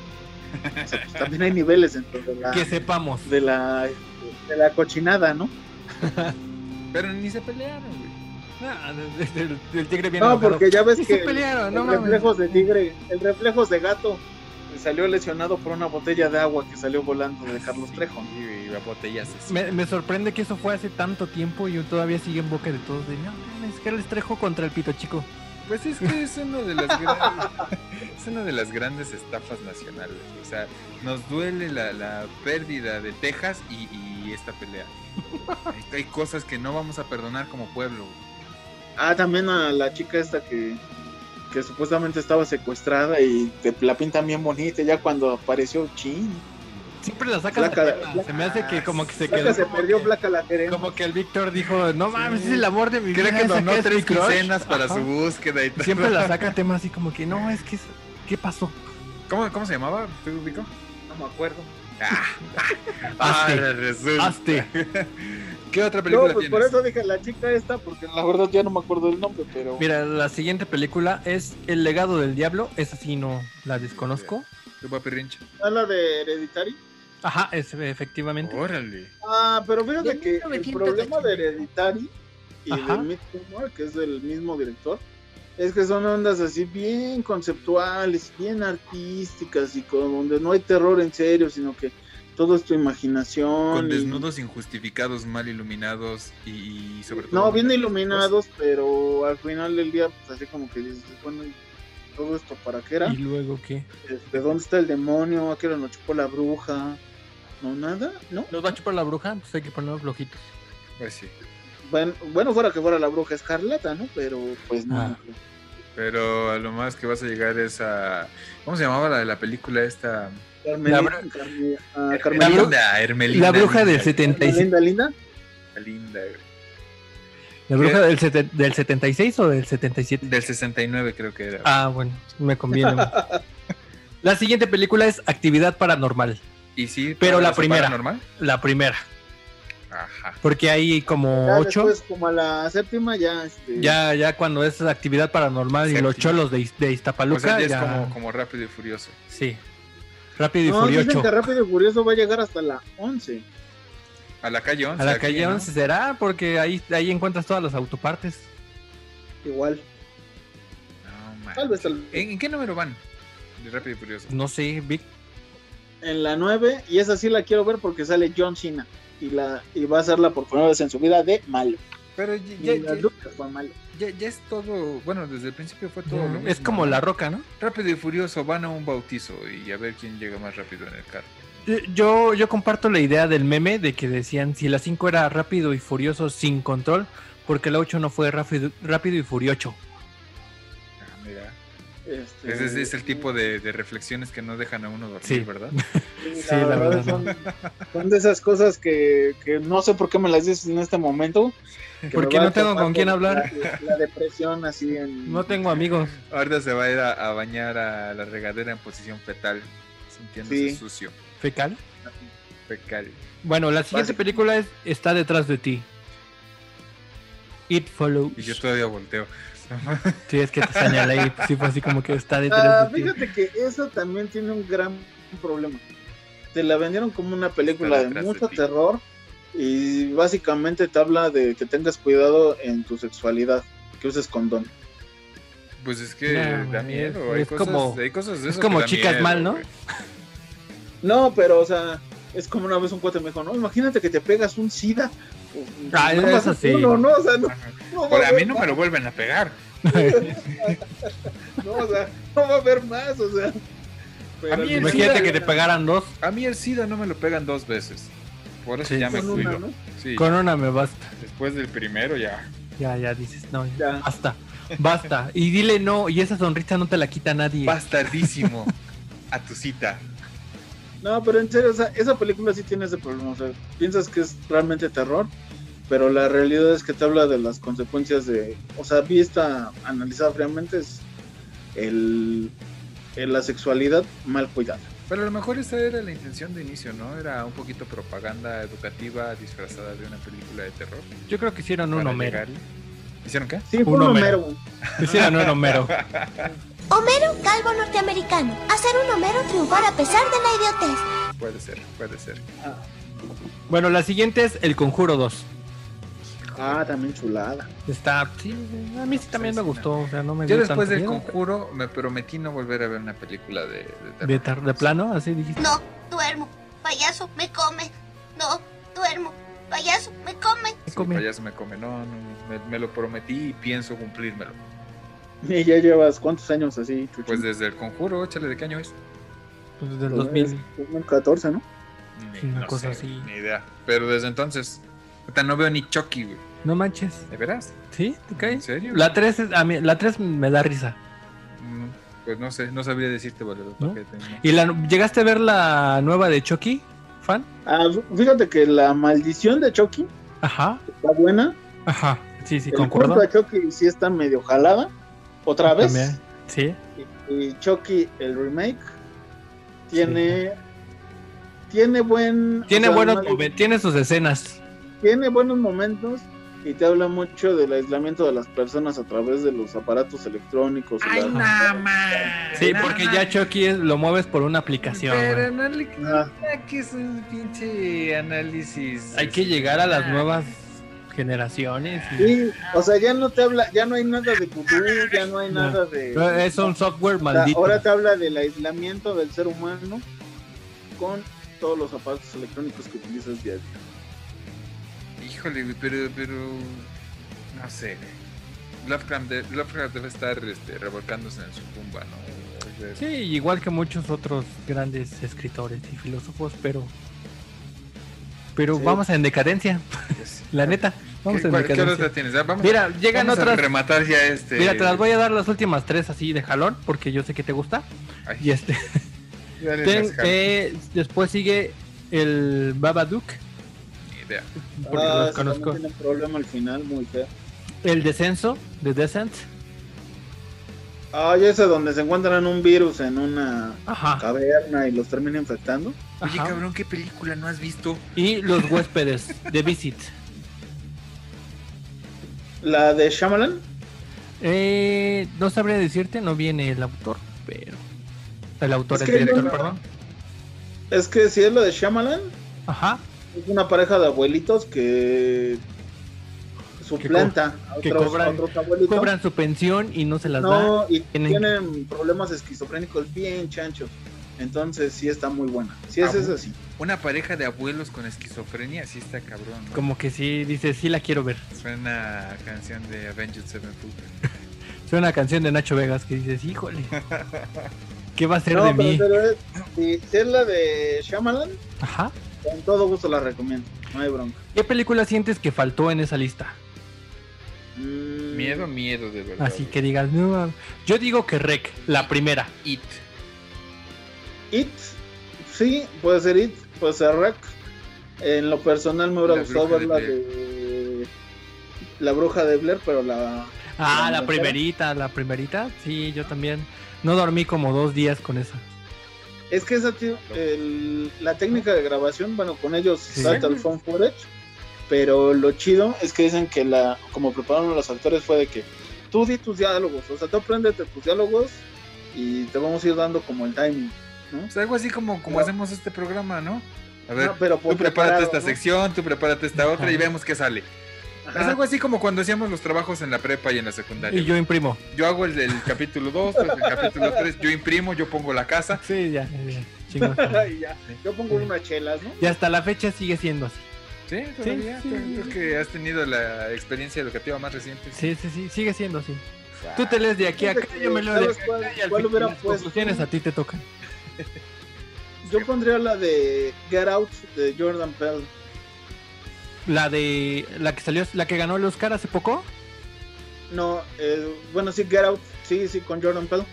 S5: O sea, pues, también hay niveles dentro de la,
S2: que sepamos.
S5: de la de la cochinada, ¿no?
S3: pero ni se pelearon, güey.
S2: Ah, el, el tigre viene
S5: No,
S2: enojado.
S5: porque ya ves
S2: Y se
S5: que
S2: pelearon, no
S5: el
S2: mames.
S5: reflejos de tigre, el reflejos de gato eh, salió lesionado por una botella de agua que salió volando de Carlos Trejo. ¿no?
S3: Sí, Y la botella se-
S2: Me, me sorprende que eso fue hace tanto tiempo y todavía sigue en boca de todos de no mames, Carlos Trejo contra el pito chico.
S3: Pues es que es una de las grandes, es una de las grandes estafas nacionales. O sea, nos duele la, la pérdida de Texas y, y esta pelea. Hay, hay cosas que no vamos a perdonar como pueblo.
S5: Ah, también a la chica esta que, que supuestamente estaba secuestrada y te la pintan bien bonita, ya cuando apareció Chin.
S2: Siempre la sacan de
S5: Flaca-
S2: tema.
S5: flaca-
S2: se me hace que como que se
S5: Flaca
S2: quedó
S5: se
S2: como
S5: perdió
S2: que-
S5: Flaca la queremos.
S2: como que el Víctor dijo, no mames, es el amor de mi vida.
S3: Creo que
S2: esa
S3: donó
S2: es mi
S3: tres
S2: crush".
S3: quincenas para
S2: Ajá.
S3: su búsqueda y todo.
S2: Siempre la saca a tema así como que no, es que es- ¿qué pasó?
S3: ¿Cómo, cómo se llamaba? ¿Tú, Vico?
S5: No me acuerdo.
S2: Ah, Hazte.
S3: Ahora resulta.
S2: Hazte.
S3: ¿Qué otra
S5: No,
S3: película
S5: pues
S3: tienes?
S5: por eso dije la chica esta, porque la verdad ya no me acuerdo del nombre, pero.
S2: Mira, la siguiente película es El legado del diablo, esa sí no la desconozco.
S3: Tu papi Rinch.
S5: ¿Ah, la de Hereditary?
S2: Ajá, es, efectivamente.
S3: Órale.
S5: Ah, pero fíjate
S8: De
S5: que el
S8: 1989.
S5: problema de Hereditary y
S2: Ajá.
S5: de Midsommar, que es del mismo director, es que son ondas así bien conceptuales, bien artísticas y con donde no hay terror en serio, sino que todo es tu imaginación.
S3: Con
S5: y-
S3: desnudos injustificados, mal iluminados y, y sobre todo.
S5: No, bien iluminados, pero al final del día, pues así como que dices, bueno, ¿y todo esto para qué era? Eh,
S2: ¿Y luego qué?
S5: ¿De dónde está el demonio? ¿A qué hora nos chupó la bruja? ¿No nada? ¿No?
S2: ¿Nos va a chupar la bruja? Pues hay que ponernos flojitos.
S3: Pues sí.
S5: Bueno, bueno, fuera que fuera la bruja escarlata, ¿no? Pero pues no.
S2: Ah.
S3: Pero a lo más que vas a llegar es a. ¿Cómo se llamaba la de la película esta?
S5: Carmelita,
S2: La bru-
S5: Carme- ah,
S2: La bru-
S5: Carmelita,
S3: Hermelinda, Hermelinda.
S2: La bruja del
S3: linda,
S2: 76.
S5: linda, linda.
S3: linda, güey.
S2: ¿La bruja del, seten- del 76 o del 77?
S3: Del 69 creo que era.
S2: Ah, bueno, me conviene. güey. la siguiente película es Actividad Paranormal.
S3: y sí,
S2: pero la
S3: ¿se
S2: primera.
S3: paranormal?
S2: La primera.
S3: Ajá.
S2: Porque hay como
S5: Ya
S2: ocho.
S5: después, como a la séptima, ya. Este,
S2: Ya, ya cuando es actividad paranormal y los
S3: Séptima.
S2: cholos de, Iz- de Iztapaluca.
S3: O sea, ya Pues es
S2: ya-
S3: como, como rápido y furioso.
S2: Sí. Rápido y
S5: No, dicen
S2: Furioso.
S5: que Rápido y Furioso va a llegar hasta la 11.
S3: A la calle 11.
S2: A la
S3: aquí,
S2: calle
S3: ¿no?
S2: 11 será, porque ahí, ahí encuentras todas las autopartes.
S5: Igual.
S3: No, man.
S5: Tal vez tal-
S2: Eh.
S3: ¿En, en qué número van? De rápido y furioso.
S2: No sé, Vic.
S5: En la 9, y esa sí la quiero ver porque sale John Cena. Y, la, y va a ser la por primera vez en su vida de malo.
S3: Pero
S5: Y
S3: ya, ya,
S5: las luchas fue malo.
S3: ya- ya es todo. Bueno, desde el principio fue todo. lo
S2: es
S3: mismo,
S2: como
S3: ¿no?
S2: la roca, ¿no?
S3: Rápido y furioso van a un bautizo y a ver quién llega más rápido en el carro.
S2: Yo, yo comparto la idea del meme de que decían si la 5 era rápido y furioso sin control, porque la 8 no fue rápido, rápido y furioso.
S3: Ah, mira.
S5: Este,
S3: Ese es, es el tipo de, de reflexiones que no dejan a uno dormir,
S2: Sí.
S3: ¿verdad?
S5: Sí,
S2: Sí,
S5: la
S2: la
S5: verdad
S2: verdad,
S5: son, son de esas cosas que, que no sé por qué me las dices en este momento. que
S2: Porque
S5: me va
S2: no
S5: a
S2: tengo
S5: topar
S2: con quién hablar.
S5: La, la depresión así en...
S2: No tengo amigos.
S3: Ahorita se va a ir a, a bañar a la regadera en posición fetal, sintiéndose
S5: Sí.
S3: sucio,
S2: Fecal.
S3: fecal.
S2: Bueno, la siguiente
S5: Básico.
S2: película es Está detrás de ti. It follows.
S3: Y yo todavía volteo.
S2: Sí, es que te señalé y sí fue así como que está
S5: Ah,
S2: detrás de ti.
S5: fíjate que eso también tiene un gran problema. Te la vendieron como una película
S3: Está
S5: de
S3: detrás
S5: mucho
S3: de ti.
S5: terror y básicamente te habla de que tengas cuidado en tu sexualidad, que uses condón.
S3: Pues es que
S2: No,
S3: da
S2: es-
S3: miedo. hay,
S2: es
S3: cosas,
S2: como-
S3: hay cosas de
S2: es
S3: eso
S2: como
S3: que da
S2: chicas
S3: miedo,
S2: mal, ¿no?
S3: güey.
S5: No, pero o sea, es como una vez un cuate me dijo, no, imagínate que te pegas un sida.
S2: Ah,
S5: Nada más
S2: eso sí.
S5: uno, ¿no? O sea, no,
S3: Ajá.
S5: no va
S3: Por-
S5: a
S3: a mí
S5: haber
S3: no me lo vuelven a pegar.
S5: No, o sea, no va a haber más, o sea. Pero
S3: A mí
S5: al
S3: el
S2: Imagínate
S5: final-
S2: que te pagaran dos.
S3: A mí el SIDA no me lo pegan dos veces. Por eso
S2: Sí.
S3: ya me
S5: Con una,
S3: cuido.
S5: ¿no?
S3: Sí,
S2: Con una me basta.
S3: después del primero ya.
S2: Ya, ya dices, no, ya,
S5: Ya.
S2: basta. Basta. Y dile no, y esa sonrisa no te la quita nadie.
S3: Bastardísimo a tu cita.
S5: No, pero en serio, o sea, esa película sí tiene ese problema. O sea, piensas que es realmente terror, pero la realidad es que te habla de las consecuencias de. O sea, vista, analizada fríamente, es el, el- la sexualidad mal cuidada.
S3: Pero a lo mejor esa era la intención de inicio, ¿no? Era un poquito propaganda educativa disfrazada de una película de terror.
S2: Yo creo que hicieron un
S3: para
S2: Homero.
S3: llegarle. ¿Hicieron qué?
S5: Sí, fue
S2: Un
S5: un
S2: Homero.
S5: Homero.
S2: Hicieron un Homero.
S8: Homero Calvo norteamericano. Hacer un Homero triunfar a pesar de la idiotez.
S3: Puede ser, puede ser.
S2: Bueno, la siguiente es El Conjuro 2.
S5: Ah, también chulada.
S2: Está. Sí, a mí sí también me gustó. O sea, no me
S3: Yo
S2: dio
S3: después
S2: tanto
S3: del
S2: miedo.
S3: conjuro me prometí no volver a ver una película de, de terror.
S2: De, tar- de plano, así dijiste.
S8: No, duermo. Payaso, me come. No, duermo. Payaso, me come.
S3: Sí,
S2: come.
S3: payaso me come. No, no, me, me lo prometí y pienso cumplírmelo.
S5: Y ya llevas cuántos años así, Chucho?
S3: Pues desde el conjuro, échale de qué año es.
S2: Pues del
S5: Pues,
S2: 2000.
S5: 2014, ¿no?
S3: Ni-
S2: Sí, una
S3: no
S2: cosa
S3: sé,
S2: así.
S3: Ni idea. Pero desde entonces, puta, no veo ni Chucky, güey.
S2: No manches.
S3: ¿De veras?
S2: ¿Sí? ¿Te
S3: ¿En
S2: caes?
S3: serio?
S2: La 3 es- a mí, la 3 me da risa.
S3: Mm, Pues no sé, no sabría decirte, boludo.
S2: ¿No?
S3: porque tengo-
S2: ¿Y la, llegaste a ver la nueva de Chucky, fan?
S5: Ah, fíjate que la maldición de Chucky
S2: Ajá.
S5: está buena.
S2: Ajá. Sí, sí,
S5: el
S2: concuerdo.
S5: culto de Chucky sí está medio jalada. Otra vez.
S2: También. Sí.
S5: y Chucky el remake tiene tiene buen
S2: Tiene
S5: o sea,
S2: buenos
S5: no-
S2: momen- tiene sus escenas.
S5: tiene buenos momentos y te habla mucho del aislamiento de las personas a través de los aparatos electrónicos y la-
S2: Sí, porque ya Chucky es- lo mueves por una aplicación.
S3: Pero
S2: güey.
S3: no le
S5: Ah.
S3: no, que es un pinche análisis.
S2: Hay que
S3: este,
S2: llegar a las
S3: ah,
S2: nuevas generaciones. y-
S5: Sí, o sea ya no te habla ya no hay nada de vudú ya no hay
S2: No.
S5: nada de
S2: Pero Es un software
S5: O sea,
S2: maldito.
S5: ahora te habla del aislamiento del ser humano con todos los aparatos electrónicos que utilizas día a día.
S3: Híjole, güey, pero, pero. No sé, güey. Lovecraft, de- Lovecraft debe estar este, revolcándose en su tumba, ¿no? O sea,
S2: Sí, igual que muchos otros grandes escritores y filósofos, pero. Pero
S5: Sí.
S2: vamos en decadencia, la neta. Vamos
S3: ¿Qué,
S2: en
S3: cuál- qué hora
S2: decadencia.
S3: tienes? Ah, vamos
S2: Mira, llegan
S3: vamos a
S2: otras.
S3: rematar ya este.
S2: Mira, te las voy a dar las últimas tres así de jalón, porque yo sé que te gusta.
S3: Ay,
S2: Y este.
S3: dale
S2: ten-
S3: las-
S2: eh, después sigue el Babadook,
S3: ni idea.
S2: porque
S5: Ah,
S2: los
S5: sí, también
S2: conozco.
S5: tiene un problema al final muy feo.
S2: El Descenso, The Descent.
S5: Ah, ya es donde se encuentran un virus en una
S2: Ajá.
S5: caverna y los termina infectando.
S3: Ah, Oye,
S2: ajá.
S3: cabrón, ¿qué película no has visto?
S2: Y Los Huéspedes, The Visit.
S5: La de Shyamalan,
S2: Eh, no sabría decirte, no viene el autor, pero. El autor,
S5: Es
S2: el
S5: que yo
S2: director,
S5: no-
S2: perdón.
S5: es que si es la de Shyamalan,
S2: Ajá.
S5: es una pareja de abuelitos que suplanta a,
S2: que
S5: otros,
S2: cobran-
S5: a otros abuelitos.
S2: Cobran su pensión y no se las dan.
S5: no, y
S2: tienen-
S5: tienen... problemas esquizofrénicos bien chanchos. Entonces sí está muy buena. Si
S3: Ah,
S5: es
S3: bu-
S5: esa, sí.
S3: Una pareja de abuelos con esquizofrenia, sí está cabrón. ¿no?
S2: Como que sí, dice, sí la quiero ver.
S3: Suena a canción de Avenged Sevenfold.
S2: Es una canción de Nacho Vegas que dices, híjole. ¿Qué va a ser
S5: No,
S2: de
S5: pero,
S2: mí?
S5: pero es- si, si es la de Shyamalan,
S2: Ajá.
S5: con todo gusto la recomiendo. No hay bronca.
S2: ¿Qué película sientes que faltó en esa lista?
S5: Mm,
S3: Miedo, miedo de verdad.
S2: Así
S3: güey.
S2: que digas, no. Yo digo que Rec, la primera.
S3: It.
S5: It, sí, puede ser It, puede ser Rack. En lo personal me hubiera
S3: La
S5: gustado
S3: bruja
S5: ver
S3: de
S5: la de La bruja de Blair, pero la
S2: Ah, la
S5: ¿La
S2: primerita, la primerita. Sí, yo también. No dormí como dos días con esa.
S5: es que esa ti- el- la técnica de grabación, bueno, con ellos
S2: Sí.
S5: salta el phone footage, pero lo chido es que dicen que la como prepararon los actores fue de que tú di tus diálogos, o sea, tú apréndete tus diálogos y te vamos a ir dando como el timing.
S3: O sea, algo así como, como
S5: No.
S3: hacemos este programa, ¿no? A ver,
S5: No, pero
S3: tú
S5: por
S3: prepárate
S5: preparado,
S3: esta
S5: ¿no?
S3: sección, tú prepárate esta otra y
S2: Ajá.
S3: vemos qué sale.
S5: Ajá.
S3: Es algo así como cuando hacíamos los trabajos en la prepa y en la secundaria.
S2: Y yo imprimo.
S3: Yo hago el del capítulo 2, el capítulo 3, yo imprimo, yo pongo la casa.
S2: Sí, ya. ya, chingón.
S5: Y ya, yo pongo unas chelas, ¿no?
S2: Y hasta la fecha sigue siendo así.
S3: Sí, todavía.
S2: sí.
S3: Creo que has tenido la experiencia educativa más reciente.
S2: Sí, sí, sí, sigue siendo así. Tú te lees de aquí a acá, yo me leo de
S5: ¿Sabes
S2: acá.
S5: cuál-
S2: y al
S5: cuál
S2: final
S5: hubiera
S2: las
S5: puesto?
S2: conclusiones a ti te tocan.
S5: Yo pondría la de Get Out de Jordan Peele.
S2: La de la que salió, la que ganó el Oscar hace poco.
S5: No, eh, bueno, sí, Get Out, sí, sí, con Jordan Peele.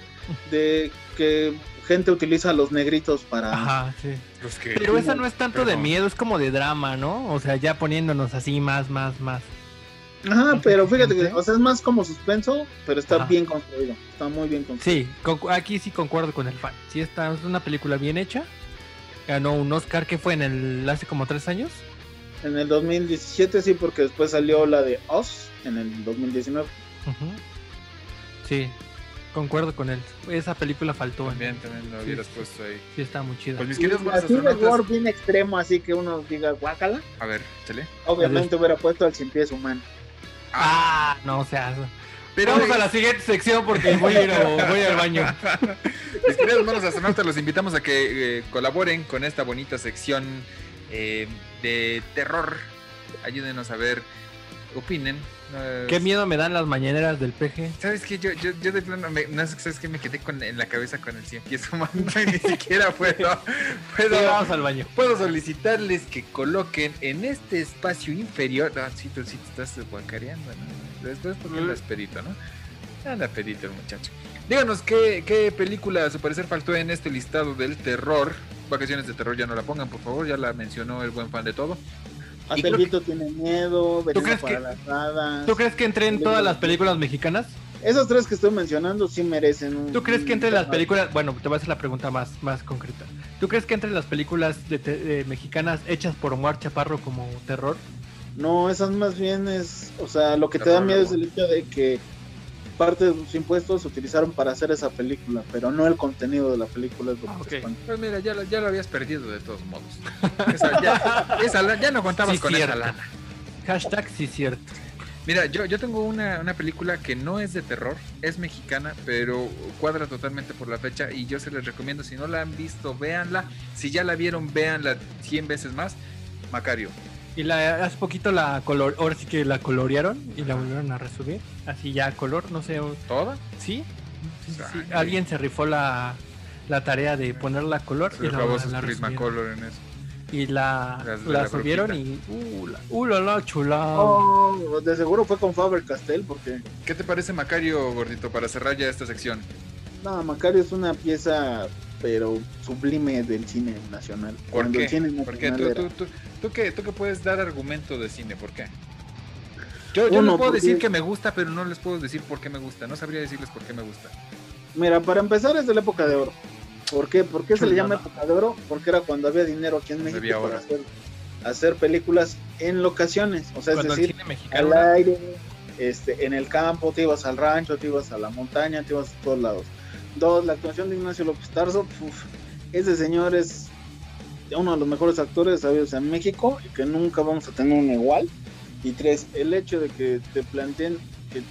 S5: De que gente utiliza a los negritos para.
S2: Ajá, sí.
S3: Los que-
S2: Pero esa no es tanto de
S3: Perdón.
S2: miedo, es como de drama, ¿no? O sea, ya poniéndonos así más, más, más.
S5: Ajá, pero fíjate que,
S2: Ujú.
S5: o sea, es más como suspenso, pero está
S2: Ajá.
S5: bien construido. Está muy bien construido.
S2: Sí, concu- aquí sí concuerdo con el fan. Sí, esta es una película bien hecha. Ganó un Oscar que fue en el hace como tres años.
S5: En el 2017 sí, porque después salió la de Oz en el 2019.
S2: Ujú. Sí, concuerdo con él. Esa película faltó. en-
S3: También, también lo
S2: Sí,
S3: hubieras
S2: sí.
S3: puesto ahí.
S2: Sí, está muy chida.
S3: Pues mis
S5: Y
S3: queridos buenos
S5: así de
S3: astronautas.
S5: gore bien extremo, así que uno diga guácala.
S3: A ver, chale.
S5: Obviamente hubiera puesto al sin pies humano.
S2: Ah, no, o sea. eso.
S3: Pero
S2: Vamos a la siguiente sección porque voy a ir, a- voy al baño.
S3: Mis queridos hermanos astronautas, los invitamos a que eh, colaboren con esta bonita sección eh, de terror. Ayúdenos a ver, opinen. eh,
S2: Qué miedo me dan las mañaneras del PG.
S3: ¿Sabes qué? Yo, yo, yo de plano, me, no sé, ¿sabes qué? Me quedé con, en la cabeza con el cien pies humano y ni siquiera puedo,
S2: Sí,
S3: puedo,
S2: vamos al baño.
S3: puedo solicitarles que coloquen en este espacio inferior. No, sí, tú sí te estás guacareando, ¿no? Después porque andas pedito, ¿no? Anda pedito el muchacho. Díganos qué, qué película a su parecer faltó en este listado del terror. Vacaciones de terror ya no la pongan, por favor, ya la mencionó el buen fan de todo.
S5: Hasta el
S3: creo que-
S5: grito tiene miedo, veneno
S2: crees
S5: para
S2: que-
S5: las hadas.
S2: ¿Tú crees que entré en todas las películas mexicanas?
S5: Esos tres que estoy mencionando sí merecen un.
S2: ¿Tú crees que entre
S5: un-
S2: las películas, bueno, te voy a hacer la pregunta más, más concreta. ¿Tú crees que entre las películas de te- eh, mexicanas hechas por Omar Chaparro como terror?
S5: No, esas más bien es. O sea, lo que te
S3: Terror,
S5: da miedo es
S3: amor.
S5: el hecho de que parte de sus impuestos se utilizaron para hacer esa película, pero no el contenido de la película. Es lo
S2: Ah,
S5: que
S2: ok.
S5: te espanta.
S3: Pues mira, ya, la- ya lo habías perdido de todos modos. Esa- ya, esa la- ya no contabas
S2: Sí,
S3: con
S2: cierto.
S3: esa lana.
S2: Hashtag sí cierto.
S3: Mis Mira, yo, yo tengo una, una película que no es de terror, es mexicana, pero cuadra totalmente por la fecha y yo se les recomiendo, si no la han visto, véanla. Si ya la vieron, véanla 100 veces más. Macario.
S2: Y la, hace poquito la color, ahora sí que la colorearon y la volvieron a resubir. Así ya a color, no sé,
S3: ¿Toda?
S2: ¿sí? Sí, sí, sí.
S3: Sangre.
S2: Alguien se rifó la, la tarea de ponerla a color
S3: Se
S2: y
S3: le
S2: la,
S3: acabó
S2: la
S3: sus
S2: resubieron.
S3: Prismacolor en eso.
S2: Y la,
S3: Las de
S2: la
S3: la
S2: subieron y. ¡Uh, la, uh, la, la, chulada!
S5: Oh, de seguro fue con Faber Castell porque
S3: ¿Qué te parece Macario, gordito, para cerrar ya esta sección?
S5: no, Macario es una pieza pero sublime del cine nacional.
S3: ¿Por
S5: Cuando
S3: qué?
S5: el cine nacional
S3: ¿Por qué? ¿Tú,
S5: era-
S3: tú, tú, tú que, tú que puedes dar argumento de cine, ¿por qué? Yo, yo
S5: Uno,
S3: les puedo
S5: porque-
S3: decir que me gusta, pero no les puedo decir por qué me gusta. No sabría decirles por qué me gusta.
S5: Mira, para empezar es de la época de oro. ¿Por qué? ¿Por qué se le llama
S2: Chulada.
S5: época de oro? Porque era cuando había dinero aquí en
S3: Cuando
S5: México
S3: había
S5: para
S3: oro.
S5: hacer, hacer películas en locaciones. O sea,
S2: Cuando
S5: es
S2: el
S5: decir,
S2: cine mexicano.
S5: al
S2: era-
S5: aire, este, en el campo, te ibas al rancho, te ibas a la montaña, te ibas a todos lados. Dos, la actuación de Ignacio López Tarso, uf, ese señor es uno de los mejores actores sabios en México y que nunca vamos a tener un igual. Y tres, el hecho de que te planteen que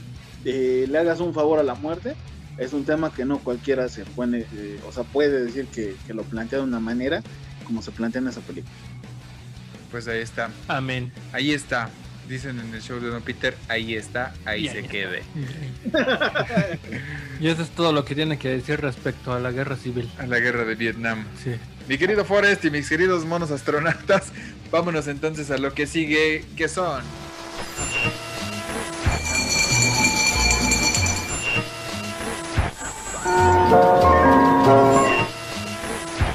S5: eh, le hagas un favor a la muerte es un tema que no cualquiera se pone, eh, o sea, puede decir que, que lo plantea de una manera como se plantea en esa película.
S3: Pues ahí está.
S2: Amén.
S3: Ahí está. Dicen en el show de Don Peter, ahí está, ahí
S2: Y
S3: se
S2: ahí está.
S3: quede.
S2: y eso es todo lo que tiene que decir respecto a la guerra civil.
S3: A la guerra de Vietnam.
S2: Sí.
S3: Mi querido Forrest y mis queridos monos astronautas, vámonos entonces a lo que sigue, que son.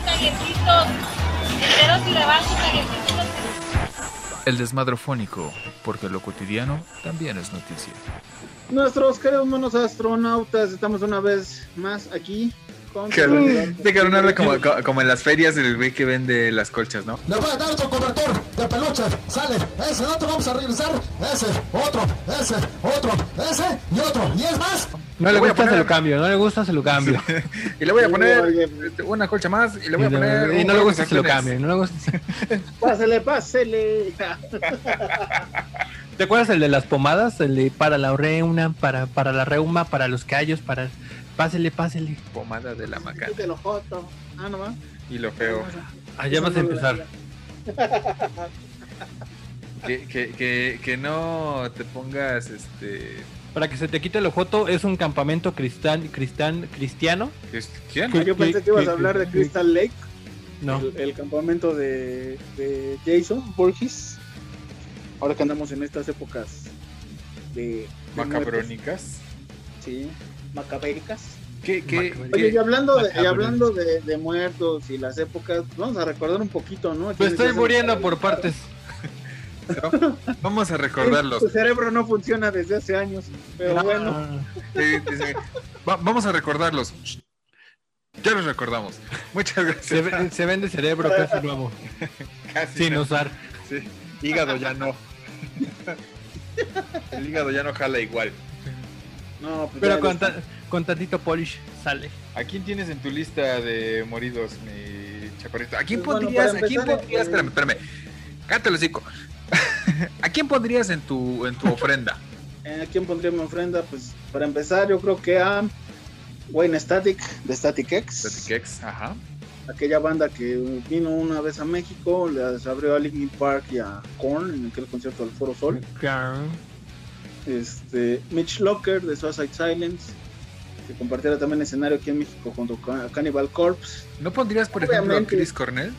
S9: Callecitos, enteros y rebaños, callecitos.
S3: El desmadrofónico, porque lo cotidiano también es noticia.
S5: Nuestros queridos monos astronautas, estamos una vez más aquí con...
S3: Dejaron hablar como, co- como en las ferias del güey que vende las colchas, ¿no?
S10: Le voy a dar otro cobertor de peluche. Sale. Ese otro vamos a regresar. Ese, otro, ese, otro, ese y otro. Y es más.
S2: No
S3: Le
S2: le
S3: voy a
S2: gusta, se
S3: poner-
S2: lo cambio. No le gusta, se lo cambio.
S3: Y le voy a
S5: Sí,
S3: poner
S5: oye,
S3: este, una colcha más y le
S2: Y,
S3: voy a
S2: de-
S3: poner.
S2: y
S3: un
S2: no le
S3: huevo
S2: gusta,
S3: de
S2: se lo
S3: sartenes.
S2: cambio. No le gusta.
S5: Pásele, pásele.
S2: ¿Te acuerdas el de las pomadas? El de para la reuma, para, para la reuma, para los callos, para. Pásele, pásele.
S3: Pomada de la macana.
S5: Quítelo, joto. Ah, no va.
S3: Y lo feo.
S2: Allá Ah, vas a empezar.
S3: Que, que, que, que no te pongas este.
S2: Para que se te quite el ojoto, es un campamento cristian, cristian, cristiano.
S3: cristiano.
S5: Ah, Yo pensé que ibas a hablar de Crystal Lake,
S2: No.
S5: el, el campamento de, de Jason Borges. Ahora que andamos en estas épocas de... de muertes.
S3: Macabrónicas.
S5: Sí, macabéricas.
S3: Que, que,
S2: Macabrónicas.
S5: Oye, y
S3: que-
S5: hablando, de, y
S2: Macabro.
S5: hablando de, de muertos y las épocas, vamos a recordar un poquito, ¿no?
S2: Me estoy
S5: Tienes-
S2: muriendo por partes.
S3: Vamos a recordarlos.
S5: Tu cerebro no funciona desde hace años, pero bueno.
S2: Ah,
S3: Eh, dice, va- vamos a recordarlos. Ya los recordamos. Muchas
S2: Se,
S3: gracias.
S2: ve- se vende cerebro casi nuevo,
S3: Casi
S2: sin
S3: no.
S2: usar.
S3: Sí. Hígado ya no. El hígado ya no jala igual.
S5: No, pues
S2: Pero
S5: ya
S2: con,
S5: ves.
S2: ta- con tantito polish sale.
S3: ¿A quién tienes en tu lista de moridos, mi chaparrito? ¿A quién
S5: Pues bueno,
S3: pondrías?
S5: para
S3: ¿A quién
S5: empezar,
S3: pondrías?
S5: eh,
S3: Espérame, espérame. Cállate el hocico. ¿A quién pondrías en tu, en tu ofrenda?
S5: Eh, ¿A quién pondría mi ofrenda? Pues para empezar, yo creo que a Wayne Static de Static X,
S3: Platiquex, ajá.
S5: aquella banda que vino una vez a México, les abrió a Linkin Park y a Korn en aquel concierto del Foro Sol. Este, Mitch Locker de Suicide Silence, que compartiera también escenario aquí en México junto a Cannibal Corpse,
S3: ¿No pondrías, por ejemplo, a
S5: Obviamente.
S3: Chris Cornell?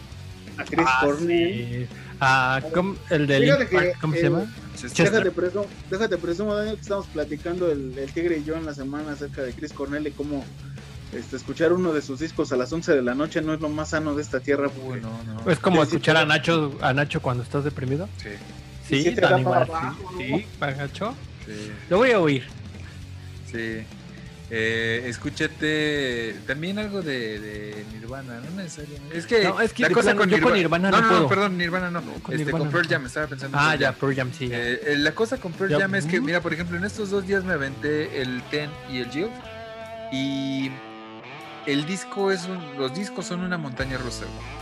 S5: a Chris
S2: Ah, sí.
S5: Cornell.
S2: Ah, ¿cómo- el de
S5: Fíjate
S2: Linkin Park,
S5: que eh,
S2: ¿cómo se
S5: el-
S2: llama?
S3: Chester.
S5: Déjate presumo, déjate presumo, Daniel, que estamos platicando el, el Tigre y yo en la semana acerca de Chris Cornell y cómo este, escuchar uno de sus discos a las 11 de la noche no es lo más sano de esta tierra.
S3: Uy, no, no.
S5: Pues,
S2: Es como
S5: Sí, sí,
S2: escuchar
S5: sí.
S2: a Nacho, a Nacho cuando estás deprimido.
S3: Sí,
S2: Sí,
S5: sí te da
S2: tan
S5: para
S2: igual.
S5: abajo,
S2: Sí,
S5: ¿no?
S2: sí, para Nacho.
S3: sí,
S2: Lo voy a oír.
S3: sí. Eh, escúchate también algo de, de Nirvana, no necesariamente. Es que,
S2: No, es que de plano, yo con Nirvana
S3: no,
S2: no
S3: no,
S2: puedo.
S3: perdón, Nirvana no.
S2: con
S3: este,
S2: Nirvana
S3: con
S2: no
S3: Pearl
S2: puedo.
S3: Jam, estaba pensando. en
S2: Ah,
S3: Pearl
S2: ya,
S3: Jam.
S2: Pearl Jam, sí. ya.
S3: Eh, eh, la cosa con Pearl
S2: Ya, Mm.
S3: Jam es que,
S2: ujú.
S3: mira, por ejemplo, en estos dos días me aventé el Ten y el Jill. Y el disco es un. Los discos son una montaña rusa. güey.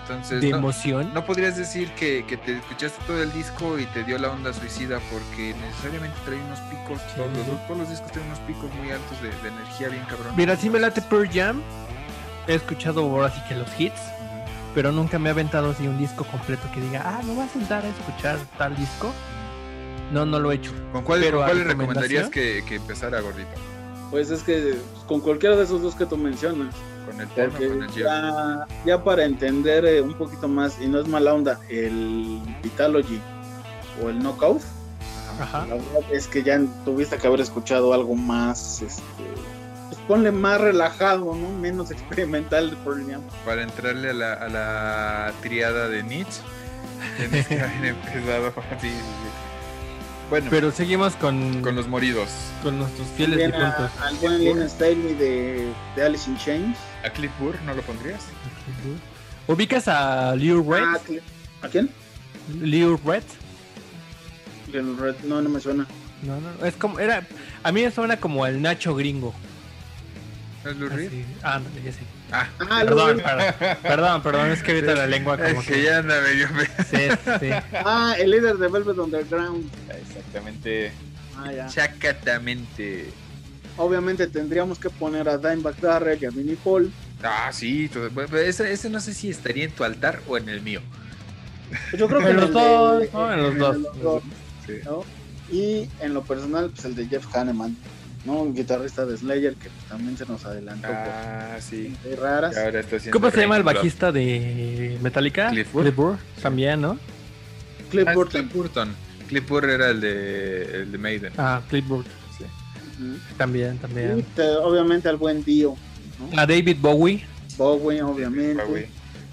S3: Entonces,
S2: de
S3: no-
S2: emoción.
S3: No podrías decir que, que te escuchaste todo el disco y te dio la onda suicida porque necesariamente trae unos picos, todos los, todos los discos tienen unos picos muy altos de, de energía bien cabrón.
S2: Mira, sí me late Pearl Jam. He escuchado ahora sí que los hits, pero nunca me ha aventado así un disco completo que diga, ah, me voy a sentar a escuchar tal disco. No, no lo he hecho.
S3: ¿Con cuál,
S2: Pero
S3: con
S2: a
S3: cuál le
S2: recomendación-
S3: recomendarías que, que empezara, gordito?
S5: Pues es que pues, con cualquiera de esos dos que tú mencionas.
S3: ¿Con el porno
S5: Porque
S3: o con el Jeff?
S5: ya, ya para entender eh, un poquito más, y no es mala onda, el Vitalogy o el Knockout,
S2: Ajá.
S5: la verdad es que ya tuviste que haber escuchado algo más, este, pues, ponle más relajado, ¿no? menos experimental de Pearl Jam.
S3: Para entrarle a la, a la triada de Nietzsche, tienes que haber empezado así. sí, sí. Bueno,
S2: Pero seguimos con,
S3: con los moridos.
S2: con nuestros fieles
S5: También a-
S3: ah.
S2: difuntos.
S5: al buen Lynn Staley de, de Alice in Chains.
S3: ¿A Cliff Burr no lo pondrías?
S2: ¿Ubicas a Liu Red?
S5: Ah, cl- ¿A quién?
S2: Liu Red.
S5: El Red- No, no me suena.
S2: No, no, no, es como, era, a mí me suena como el Nacho Gringo.
S3: ¿No es Lou Reed?
S2: Así. Ah, no, ya sé.
S3: Ah,
S5: Ah,
S2: Perdón,
S5: el,
S2: perdón, perdón, perdón, es que ahorita la lengua
S3: es
S2: como
S3: que,
S2: que...
S3: ya anda medio.
S2: Sí, sí.
S5: ah, el líder de Velvet Underground.
S3: Exactamente.
S5: Ah, ya.
S3: Chacatamente.
S5: Obviamente tendríamos que poner a Dimebag Darrell y a Vinnie Paul.
S3: Ah, sí, todo- bu- bu- ese, ese no sé si estaría en tu altar o en el mío.
S5: Pues yo creo que
S2: En los
S5: el
S2: dos,
S5: de-
S2: ¿no? En los
S5: el
S2: dos.
S5: de
S3: Sí.
S5: ¿no? Y en lo personal, pues el de Jeff Hanneman, ¿no? Un guitarrista de Slayer que pues, también se nos adelantó
S3: Ah,
S5: por
S3: sí.
S5: cosas raras.
S3: Ahora está haciendo
S2: ¿Cómo se llama el
S3: Ravenclaw.
S2: bajista de Metallica?
S3: Cliff Burr.
S2: También, ¿no?
S5: Cliff
S3: Ah,
S5: Burton.
S3: Cliff Burton. Cliff Burr era el de, el de Maiden.
S2: Ah, Cliff Burr.
S3: Sí.
S5: Ujú.
S2: También,
S5: Y
S2: también.
S5: te- obviamente al buen Dio.
S2: A David Bowie.
S5: Bowie, obviamente.
S3: Ah, güey.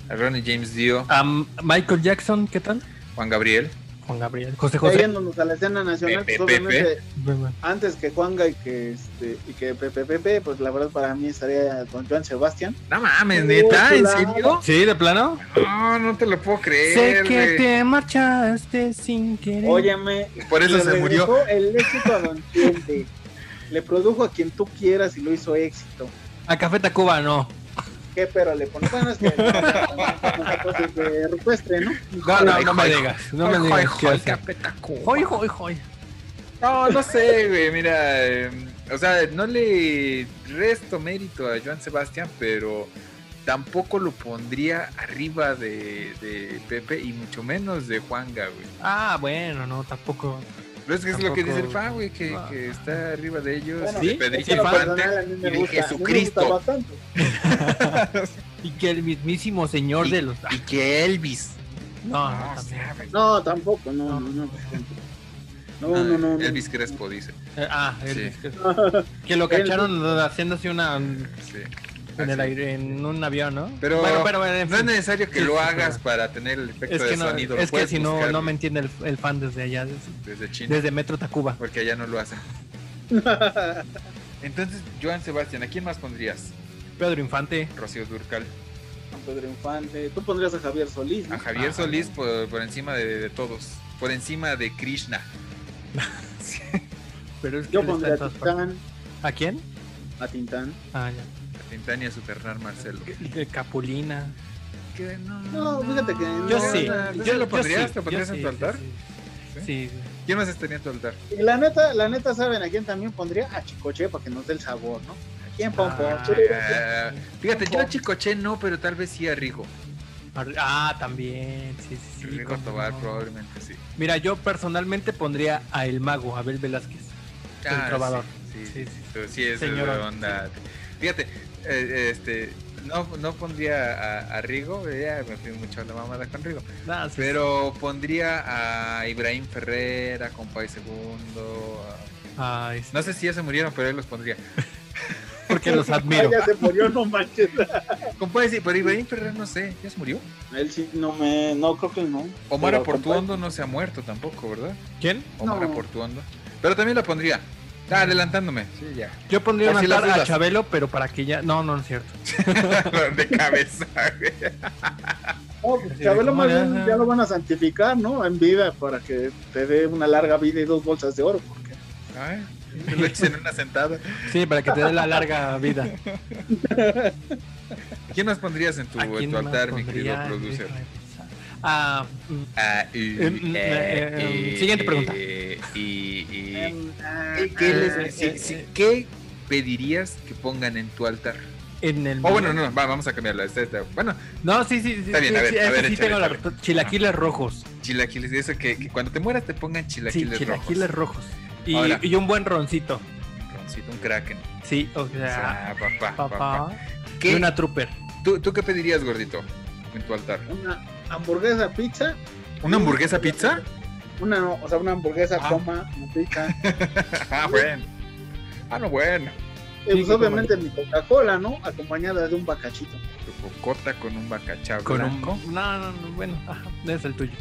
S3: A Ronnie James Dio,
S2: A M- Michael Jackson, ¿qué tal?
S3: Juan Gabriel.
S2: Juan Gabriel. José
S5: Ya
S2: José.
S5: yéndonos a la escena nacional,
S3: Pepe,
S5: pues, obviamente
S2: Muy bueno.
S5: antes que Juanga y que este y que Pepe Pepe, pues la verdad para mí estaría con Joan Sebastián.
S3: No mames,
S5: Oh,
S3: neta, ¿en
S5: claro.
S3: serio?
S2: ¿Sí, de plano?
S3: No, no te lo puedo
S2: Sé
S3: creer.
S2: que
S3: güey.
S2: te marchaste sin querer.
S5: Óyeme,
S3: Por eso
S5: le
S3: se murió.
S5: regresó El éxito a don Chente. Le produjo a quien tú quieras y lo hizo éxito.
S2: A Café Tacuba, no.
S5: ¿Qué pero le pones? Bueno, es que cosas de rupestre, ¿no?
S2: No, no,
S3: Ay,
S2: no me
S3: joy.
S2: digas. No me
S3: Ay,
S2: digas.
S3: joy,
S2: qué
S3: joy,
S2: hace.
S3: capetaco.
S2: Joy, joy, joy.
S3: No, no sé, güey, mira, eh, o sea, no le resto mérito a Joan Sebastián, pero tampoco lo pondría arriba de, de Pepe y mucho menos de Juanga, güey.
S2: Ah, bueno, no, tampoco.
S3: Pero es que es lo que dice el
S2: Tampoco-
S3: fan, güey, que, que está arriba de ellos.
S5: Bueno,
S3: de
S2: ¿sí?
S3: Pedrito
S5: en lo
S2: Infante
S5: personal, a mí me
S3: y de
S5: gusta, a mí me gusta
S3: Jesucristo.
S5: bastante.
S2: Y que el mismísimo señor
S3: Y- Ah,
S2: de los. Ah,
S3: y que Elvis.
S2: No,
S3: No,
S2: Ah, no,
S3: o
S2: también.
S3: sea, güey,
S5: No, tampoco, no, no, no. No, no, no. no.
S3: Ah, Elvis Crespo dice.
S2: Eh, Ah, el
S3: Sí.
S2: disco. que lo cacharon haciéndose una en
S3: Ah, Sí.
S2: el
S3: Así.
S2: aire, en un avión, ¿no?
S3: Pero-
S2: bueno, pero bueno, en
S3: No es
S2: fin.
S3: necesario que
S2: Sí,
S3: lo
S2: sí,
S3: hagas
S2: pero-
S3: para tener el efecto
S2: es
S3: de
S2: que, no,
S3: sonido. lo
S2: es que
S3: puedes
S2: si no,
S3: buscar,
S2: no
S3: güey,
S2: me entiende el, el fan desde allá, desde,
S3: Desde China.
S2: desde Metro Tacuba.
S3: Porque allá no lo hacen. Entonces, Joan Sebastián, ¿a quién más pondrías?
S2: Pedro Infante,
S3: Rocío Durcal.
S5: A Pedro Infante. Tú pondrías a Javier Solís, ¿no?
S3: A Javier
S2: Ajá.
S3: Solís por, por encima de, de todos. Por encima de Krishna.
S2: pero es que
S5: Yo
S2: él está
S5: pondría
S2: en
S5: a
S2: todas partes.
S5: Tintán,
S2: ¿A quién?
S5: a Tintán.
S2: Ah, ya.
S3: Tintania Supernar Marcelo.
S2: Que- Capulina.
S3: Que no,
S5: No, fíjate que no.
S2: Yo
S5: No,
S2: sí.
S5: no,
S2: Yo,
S3: ¿Tú
S2: yo
S3: lo pondrías?
S2: sí,
S3: ¿Lo pondrías
S2: yo
S3: en
S2: sí,
S3: tu altar?
S2: Sí. sí.
S3: ¿Sí?
S2: Sí, sí.
S3: ¿Quién más estaría en tu altar?
S5: Y la neta, la neta, ¿saben a quién también pondría? A Chicoche para que nos dé el sabor, ¿no? ¿A quién pondría?
S2: Ah,
S3: Ah, fíjate, yo a Chicoche no, pero tal vez sí a Rigo.
S2: Ar- Ah, también. Sí, sí, sí,
S3: Rigo
S2: cómo
S3: Tobar,
S2: no.
S3: probablemente sí.
S2: Mira, yo personalmente pondría a El Mago, Abel Velázquez. El trovador.
S3: Ah, Sí, sí,
S2: Sí,
S3: sí.
S2: sí.
S3: pero sí es de
S2: Señorón,
S3: onda. Fíjate, eh, este, no, no pondría a, a Rigo, eh, ya me fui mucho a la mamada con Rigo,
S2: Ah, sí,
S3: pero pondría a Ibrahim Ferrer, a Compay Segundo. a-
S2: sí. Ah, es-
S3: No sé si ya se murieron, pero él los pondría.
S2: porque los admiro.
S5: Ah, ya se murió, no manches.
S3: Compay, sí, pero Ibrahim Ferrer no sé, ¿ya se murió?
S5: Él sí, no me. No, creo que no.
S3: Omar
S5: Pero,
S3: Aportuondo no se ha muerto tampoco, ¿verdad?
S2: ¿Quién?
S3: Omar
S5: No.
S3: Aportuondo. Pero también la pondría. Ah, adelantándome. Sí, ya.
S2: Yo pondría
S3: Por
S2: un
S3: si las
S2: altar a
S3: dudas.
S2: Chabelo, pero para que ya. No, no, no es cierto.
S3: De cabeza, güey.
S5: Oh, Chabelo
S2: ¿Cómo
S5: más
S2: le
S5: bien
S2: hacen?
S5: ya lo van a santificar, ¿no? En vida, para que te dé una larga vida y dos bolsas de oro. Porque
S3: Ay, lo hice en una sentada.
S2: Sí, para que te dé la larga vida.
S3: ¿Quién más pondrías en tu,
S2: ¿A
S3: en
S2: quién
S3: tu
S2: más
S3: altar, mi querido
S2: pondría?
S3: producer?
S2: Déjame pensar. Ah, mm,
S3: Ah, y-
S2: Em,
S3: eh,
S2: eh,
S3: y-
S2: siguiente pregunta.
S3: eh, y- y-
S5: Em, ah,
S3: ¿Qué- qué
S2: eh,
S3: les- si-
S2: eh,
S3: si-
S2: eh.
S3: ¿Qué pedirías que pongan en tu altar?
S2: en el.
S3: Oh, bueno, no, no, va, vamos a cambiarla. esta- esta- Bueno,
S2: No, sí, sí, sí.
S3: Está bien,
S2: sí,
S3: a ver,
S2: sí,
S3: a
S2: ese
S3: ver,
S2: sí
S3: échale,
S2: tengo la
S3: échale.
S2: respuesta. Chilaquiles rojos.
S3: chilaquiles, eso que, que cuando te mueras te pongan chilaquiles
S2: sí, chilaquiles
S3: rojos.
S2: rojos.
S3: Ahora.
S2: Y, y un buen roncito.
S3: Roncito, un kraken.
S2: Sí, o
S3: O
S2: sea,
S3: sea, papá, Ah, papá.
S2: papá.
S3: ¿Qué-
S2: Y una trooper.
S3: ¿Tú, tú qué pedirías, gordito, en tu altar?
S5: Una hamburguesa pizza.
S3: ¿Una hamburguesa pizza?
S5: Una, no, o sea, una hamburguesa,
S3: Ah.
S5: coma, una pizza.
S3: ah, bueno. Ah, no, bueno.
S5: Eh, pues
S2: sí,
S5: obviamente mi Coca-Cola, ¿no? Acompañada de un bacachito.
S3: Tu cocota con un bacachao
S2: Con un.
S3: blanco.
S2: No, no, no, bueno, ajá, es el tuyo.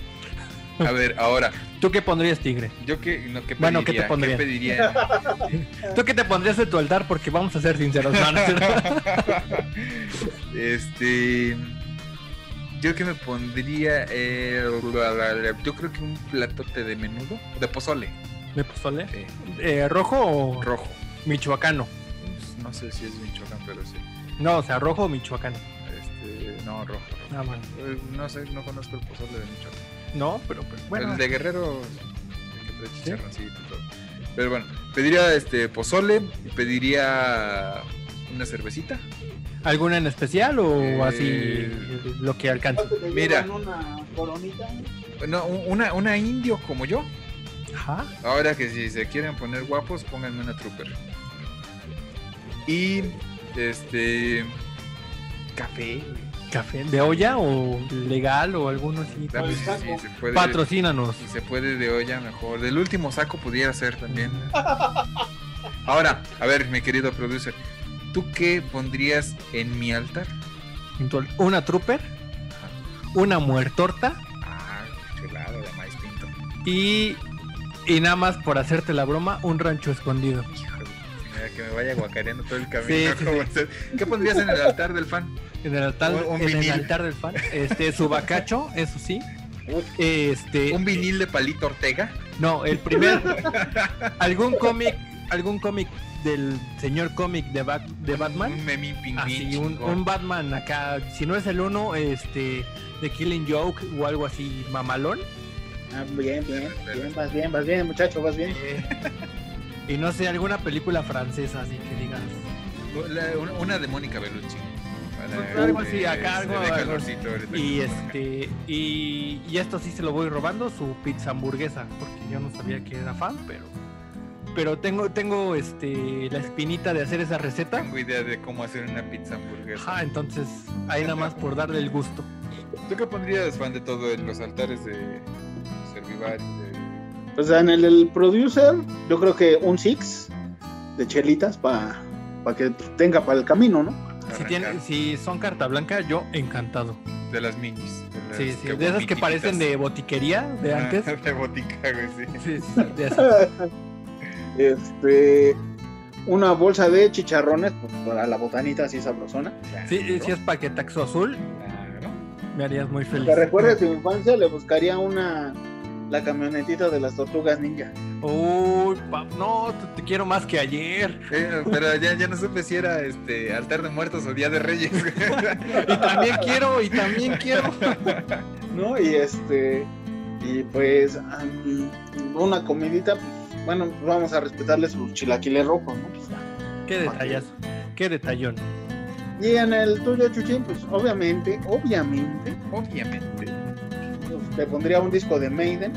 S3: A ver, ahora,
S2: ¿Tú qué pondrías, tigre?
S3: yo qué, no, ¿qué pediría?
S2: Bueno, ¿qué te pondrías?
S3: pediría?
S2: ¿Tú qué te pondrías de tu altar? Porque vamos a ser sinceros, ¿no? ¿no es cierto?
S3: este. Yo que me pondría. eh, la, la, la, yo creo que un platote de menudo. De pozole.
S2: ¿Me pozole?
S3: sí,
S2: Eh, ¿Rojo o
S3: rojo.
S2: michoacano?
S3: Pues, no sé si es Michoacán, pero sí.
S2: No, o sea, rojo o michoacano.
S3: Este, no, rojo. rojo.
S2: Ah, bueno.
S3: Eh, No sé, no conozco el pozole de Michoacán.
S2: No, pero, pero bueno.
S3: este, el de Guerrero. el que trae chicharroncito y todo. Pero bueno, pediría este pozole. Pediría una cervecita.
S2: ¿Alguna en especial o
S3: Eh,
S2: así lo que alcanza?
S5: Te
S3: Mira.
S5: llevan Una coronita.
S3: No, un- una, una indio como yo.
S2: Ajá.
S3: Ahora que si se quieren poner guapos, pónganme una trooper. Y este café.
S2: ¿Café de olla o legal o alguno así?
S3: Ah, pues, sí, sí, se puede,
S2: Patrocínanos.
S3: si se puede de olla mejor. Del último saco pudiera ser también. Ahora, a ver, mi querido producer, ¿tú qué pondrías en mi altar?
S2: Entonces, Una trooper, una muertorta
S3: Ah, chulada de maíz pinto.
S2: y, y nada más por hacerte la broma, un rancho escondido.
S3: Híjole, mira, que me vaya guacareando todo el
S2: Sí,
S3: camino.
S2: sí,
S3: como usted. ¿Qué pondrías en el altar del fan?
S2: En el altar,
S3: Un- un
S2: en el
S3: vinil.
S2: altar del fan. Este, su bacacho, eso sí.
S5: Uf.
S2: Este,
S3: ¿Un vinil de palito Ortega?
S2: No, el primer. algún cómic, algún cómic del señor cómic de, Bat- de Batman.
S3: Un memín pingüín
S2: Así, Ah, un,
S3: chingón.
S2: un Batman acá. Si no es el uno, este. De Killing Joke o algo así mamalón.
S5: Ah, bien, bien, bien, vas bien, vas bien, muchacho, vas bien.
S2: Y no sé, alguna película francesa, así que digas.
S3: La- una, una de Mónica Bellucci. Para
S2: Algo
S3: que
S2: así, acá,
S3: se
S2: algo,
S3: dé
S2: algo.
S3: calorcito ahorita
S2: Y
S3: que estamos acá.
S2: este. Y, y esto sí se lo voy robando, su pizza hamburguesa. Porque yo no sabía que era fan, pero. Pero tengo, tengo este, la espinita de hacer esa receta.
S3: Tengo idea de cómo hacer una pizza hamburguesa.
S2: Ah, entonces ahí nada más por darle el gusto.
S3: ¿Tú qué pondrías, fan, de todo en los altares de Servivar?
S5: Pues en el, el producer, yo creo que un six de chelitas para que tenga para el camino, ¿no?
S2: Si, tiene, si son carta blanca, yo encantado.
S3: De las minis. De las
S2: Sí, sí,
S3: que-
S2: de esas que parecen de botiquería de
S3: Ah,
S2: antes.
S3: de botica, güey, sí.
S2: Sí, sí, de esas.
S5: Este, una bolsa de chicharrones pues, para la botanita así sabrosona.
S2: Sí, si es paquetaxo azul, me harías muy feliz.
S5: ¿Te recuerdas de mi infancia? Le buscaría una la camionetita de las tortugas ninja.
S2: Uy, pa- no, te, te quiero más que ayer.
S3: Eh, pero ya, ya no supe si era este altar de muertos o día de reyes. güey.
S2: Y también quiero, y también quiero.
S5: ¿no? Y este, y pues am, una comidita, pues, bueno, pues, vamos a respetarle sus chilaquiles rojos, ¿no? Pues, ya.
S2: Qué detallazo, qué detallón.
S5: y en el tuyo, Chuchín, pues obviamente, obviamente,
S3: Obviamente.
S5: pues, te pondría un disco de Maiden,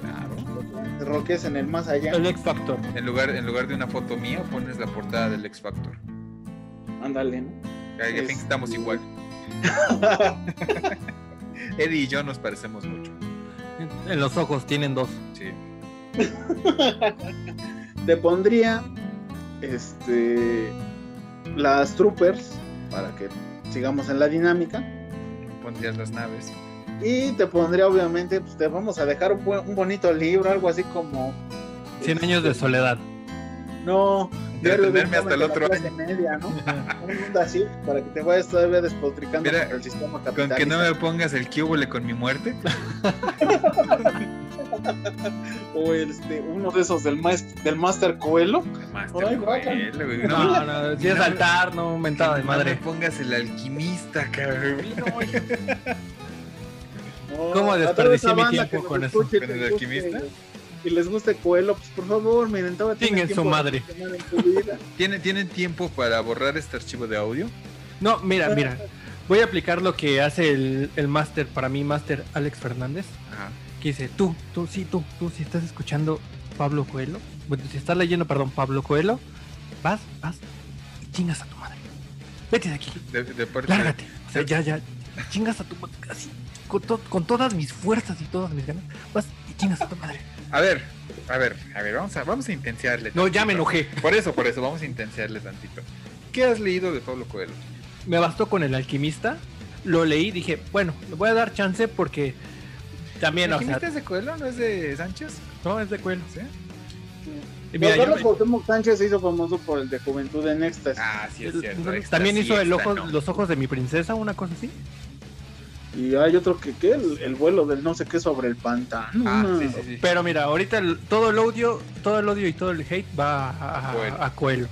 S3: Claro.
S5: de Roques en el más allá,
S2: El X Factor.
S3: En lugar, en lugar de una foto mía, pones la portada del X Factor.
S5: ándale, ¿no?
S3: Ay, que fin que estamos igual. Eddie y yo nos parecemos mucho.
S2: En los ojos tienen dos.
S3: Sí.
S5: Te pondría, este, las troopers, para que sigamos en la dinámica,
S3: Pondrías las naves.
S5: y te pondría obviamente, pues te vamos a dejar un, buen- un bonito libro, algo así como... este,
S2: 100 años de soledad.
S5: No, diario de un
S3: Entretenerme hasta el
S5: joven de
S3: otro
S5: la clase media, ¿no? Un mundo así, para que te vayas todavía despotricando
S3: Mira,
S5: contra el sistema
S3: Con
S5: capitalista.
S3: que no me pongas el cúbole con mi muerte.
S5: o este, uno de esos del, maest- del Master Coelho.
S3: Master
S5: Ay, guácala.
S3: Coelho, güey.
S2: No, no, si es altar, no, mentada de
S3: no me
S2: madre.
S3: pongas el alquimista, cabrón.
S5: No,
S2: ¿Cómo
S5: a toda
S2: desperdicié
S5: esa
S2: mi
S5: banda
S2: tiempo
S5: que nos
S2: con
S5: escuche y
S3: eso? ¿Con
S5: les
S3: el
S5: guste-
S3: alquimista?
S5: Y les guste Coelho, pues por favor, miren, todavía
S2: Chinguen
S5: tienen
S2: su
S5: tiempo de
S2: madre.
S5: reflexionar en tu vida.
S3: ¿Tienen, ¿Tienen tiempo para borrar este archivo de audio?
S2: No, mira, mira. Voy a aplicar lo que hace el, el máster, para mí, máster Alex Fernández,
S3: Ajá.
S2: que dice, tú, tú, sí, tú, tú, si estás escuchando Pablo Coelho, bueno, si estás leyendo, perdón, Pablo Coelho, vas, vas y chingas a tu madre. Vete de aquí,
S3: De, de parte
S2: lárgate. O sea, ya, ya, chingas a tu madre, así, con, to- con todas mis fuerzas y todas mis ganas, vas y chingas a tu madre.
S3: A ver, a ver, a ver, vamos a, vamos a intensiarle.
S2: No, ya
S3: tantito.
S2: me enojé.
S3: Por eso, por eso, vamos a intensiarle tantito. ¿Qué has leído de Pablo Coelho?
S2: me bastó con el alquimista, lo leí y dije, bueno, le voy a dar chance porque también,
S3: ¿El
S2: o sea,
S3: alquimista es de Coelho? ¿No es de Sánchez?
S2: no es de cuello.
S3: ¿Sí?
S2: Y mira, yo-
S5: Pablo Cuauhtémoc Sánchez se hizo famoso por el de Juventud en Éxtasis.
S3: Ah, sí, es cierto. esta
S2: también
S3: sí,
S2: hizo el
S3: esta
S2: ojo,
S3: no.
S2: los ojos de mi princesa, una cosa así.
S5: Y hay otro que, ¿qué? El, el vuelo del no sé qué sobre el pantano.
S3: Ah,
S5: una-
S3: sí, sí, sí.
S2: Pero mira, ahorita el- todo el odio, todo el odio y todo el hate va a, a-
S3: Coelho.
S2: a Coelho.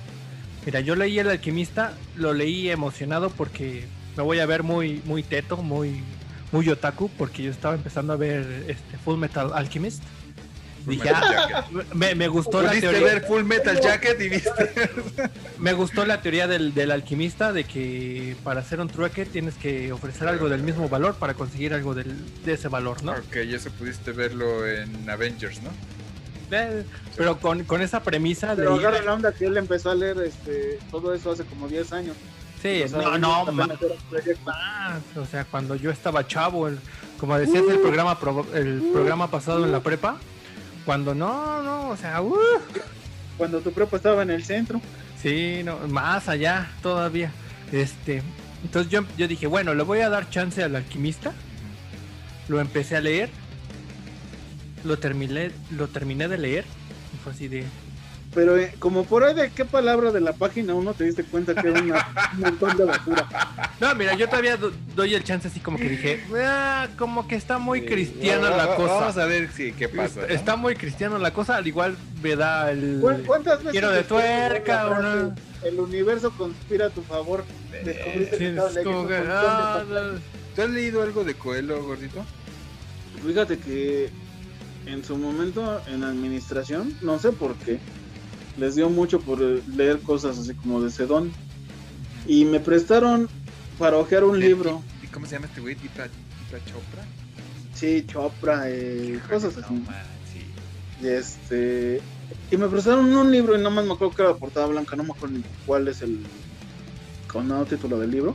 S2: Mira, yo leí El alquimista, lo leí emocionado porque me voy a ver muy, muy teto, muy, muy otaku, porque yo estaba empezando a ver este Full Metal Alchemist. Dije,
S3: Full
S2: ah,
S3: Metal Jacket.
S2: me, me gustó la
S3: Pudiste
S2: teoría.
S3: ver Full Metal Jacket y viste.
S2: Me gustó la teoría del, del alquimista de que para hacer un trueque tienes que ofrecer algo del mismo valor para conseguir algo del- de ese valor, ¿no?
S3: Ok, y eso pudiste verlo en Avengers, ¿no?
S2: Eh, Pero con, con esa premisa
S5: Pero
S2: de...
S5: agarra la onda que él empezó a leer este, todo eso hace como 10 años.
S2: Sí,
S5: O sea,
S2: no,
S5: él
S2: no,
S5: apenas
S2: ma-
S5: era un proyecto.
S2: más. O sea, cuando yo estaba chavo, el- como decías el programa pro- el programa pasado en la prepa, cuando no, no, o sea, uh,
S5: Cuando tu prepa estaba en el centro.
S2: Sí, no, más allá todavía. Este, entonces yo, yo dije, bueno, le voy a dar chance al alquimista. Lo empecé a leer. Lo terminé, lo terminé de leer. Y fue así de.
S5: Pero eh, como por ahí de qué palabra de la página uno te diste cuenta que era una- un montón de basura.
S2: No, mira, yo todavía do- doy el chance así como que dije, "Ah, como que está muy cristiana la
S3: Vamos
S2: cosa.
S3: a ver si, qué pasa. ¿no?
S2: Está muy cristiano la cosa, al igual me da el.
S5: ¿Cu- ¿Cuántas veces
S2: Quiero de
S5: después leer la
S2: tuerca,
S5: frase,
S2: una-
S5: El universo conspira a tu favor. Descubriste
S2: Sí,
S5: que estaba
S2: es como
S5: leyendo
S2: que,
S5: un montón de
S2: "Ah,
S5: páginas.
S3: ¿Tú has leído algo de Coelho, gordito?
S5: Fíjate que en su momento en administración, no sé por qué, les dio mucho por eh, leer cosas así como de Sedón. Y me prestaron para ojear un
S3: De-
S5: libro.
S3: ¿Y cómo se llama este güey? ¿Tipa, tipa Chopra?
S5: Sí, Chopra, eh, cosas así.
S3: No, man, sí.
S5: Y este. Y me prestaron un libro y nomás me acuerdo que era la portada blanca, no me acuerdo ni cuál es el conado título del libro.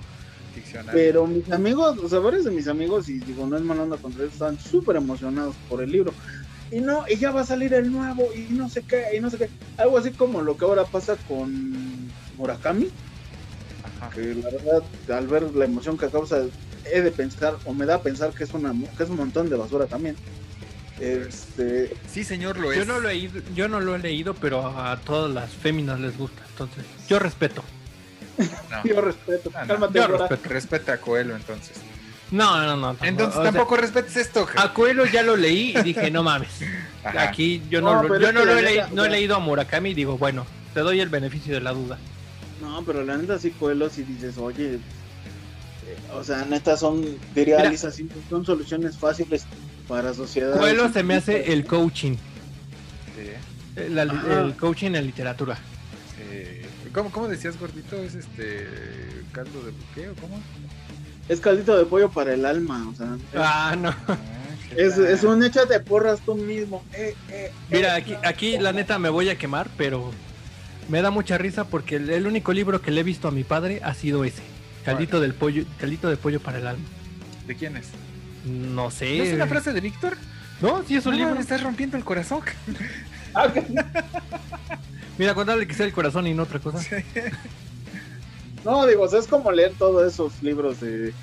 S3: Diccionario.
S5: Pero mis amigos, o sea, varios de mis amigos, y digo, no es mala onda contra ellos, estaban súper emocionados por el libro. Y no, y ya va a salir el nuevo, y no sé qué, y no sé qué. Algo así como lo que ahora pasa con Murakami,
S3: Ajá.
S5: que la verdad, al ver la emoción que causa, he de pensar, o me da a pensar que es, una, mu- que es un montón de basura también. Este,
S3: Sí, señor, lo es.
S2: Yo no lo he ido- yo no lo he leído, pero a todas las féminas les gusta. Entonces, yo respeto.
S3: No.
S5: yo respeto,
S3: Ah, no.
S5: cálmate,
S2: Yo
S5: Dora.
S2: respeto.
S3: Respeta a Coelho, entonces.
S2: No, no, no. tampoco,
S3: Entonces
S2: o sea,
S3: tampoco respetes esto. ja.
S2: A Coelho ya lo leí y dije, no mames.
S3: Ajá.
S2: Aquí yo
S5: No,
S2: no, lo,
S5: pero
S2: yo
S5: es
S2: no,
S5: que
S2: lo
S5: la
S2: he, leí-
S5: neta, o
S2: no he
S5: sea-
S2: leído a Murakami y digo, bueno, te doy el beneficio de la duda.
S5: No, pero la neta sí, Coelho, si dices, oye, eh, o sea, neta son, diría
S2: Mira.
S5: Alisa, sí, son soluciones fáciles para sociedad.
S2: Coelho se me hace el coaching,
S3: Sí,
S2: el, el
S5: Ajá.
S2: coaching en literatura.
S3: sí. ¿Cómo, cómo decías, gordito? ¿Es este caldo de buqueo? ¿Cómo?
S5: Es caldito de pollo para el alma, o sea.
S2: Ah, no.
S3: Ah, ¿qué
S5: Es,
S3: tal?
S5: es un hecho de porras tú mismo. Eh, eh,
S2: Mira,
S5: eh.
S2: aquí, aquí la neta me voy a quemar, pero me da mucha risa porque el, el único libro que le he visto a mi padre ha sido ese. Caldito del pollo, caldito de pollo para el alma.
S3: ¿De quién es?
S2: No sé.
S3: ¿No es una frase Ah, de Víctor?
S2: No, sí es un
S3: No,
S2: libro.
S3: me estás rompiendo el corazón.
S2: Mira, contarle que sea el corazón y no otra cosa.
S5: No, digo, o sea, es como leer todos esos libros de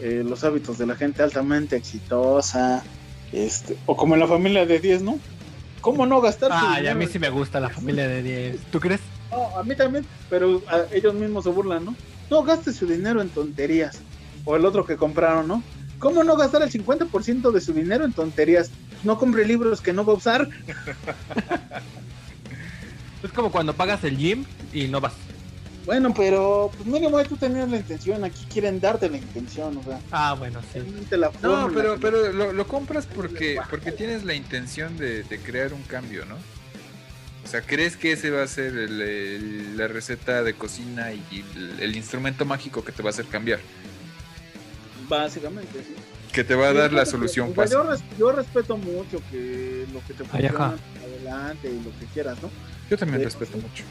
S5: eh, los hábitos de la gente altamente exitosa. Este, o como en la familia de 10, ¿no? ¿Cómo no gastar? tu
S2: Ay, a
S5: dinero?
S2: mí sí me gusta la familia de 10. ¿Tú crees?
S5: No, a mí también, pero a- ellos mismos se burlan, ¿no? No gaste su dinero en tonterías. O el otro que compraron, ¿no? ¿Cómo no gastar el 50% de su dinero en tonterías? no compre libros que no va a usar.
S2: Es como cuando pagas el gym y no vas.
S5: Bueno, pero pues mínimo tú tenías la intención, aquí quieren darte la intención, o sea.
S2: Ah, bueno, sí.
S5: Te la
S3: No,
S5: fórmula.
S3: pero, pero lo, lo compras porque, porque tienes la intención de, de crear un cambio, ¿no? O sea, ¿crees que ese va a ser el, el- la receta de cocina y el, el instrumento mágico que te va a hacer cambiar?
S5: Básicamente, sí.
S3: Que te va a
S5: Sí,
S3: dar la
S5: fíjate que,
S3: solución
S5: o sea,
S3: fácil.
S5: Yo, res- yo respeto mucho que lo que te
S2: Ay, ajá.
S5: funciona adelante y lo que quieras, ¿no?
S3: Yo también
S5: Sí.
S3: respeto mucho.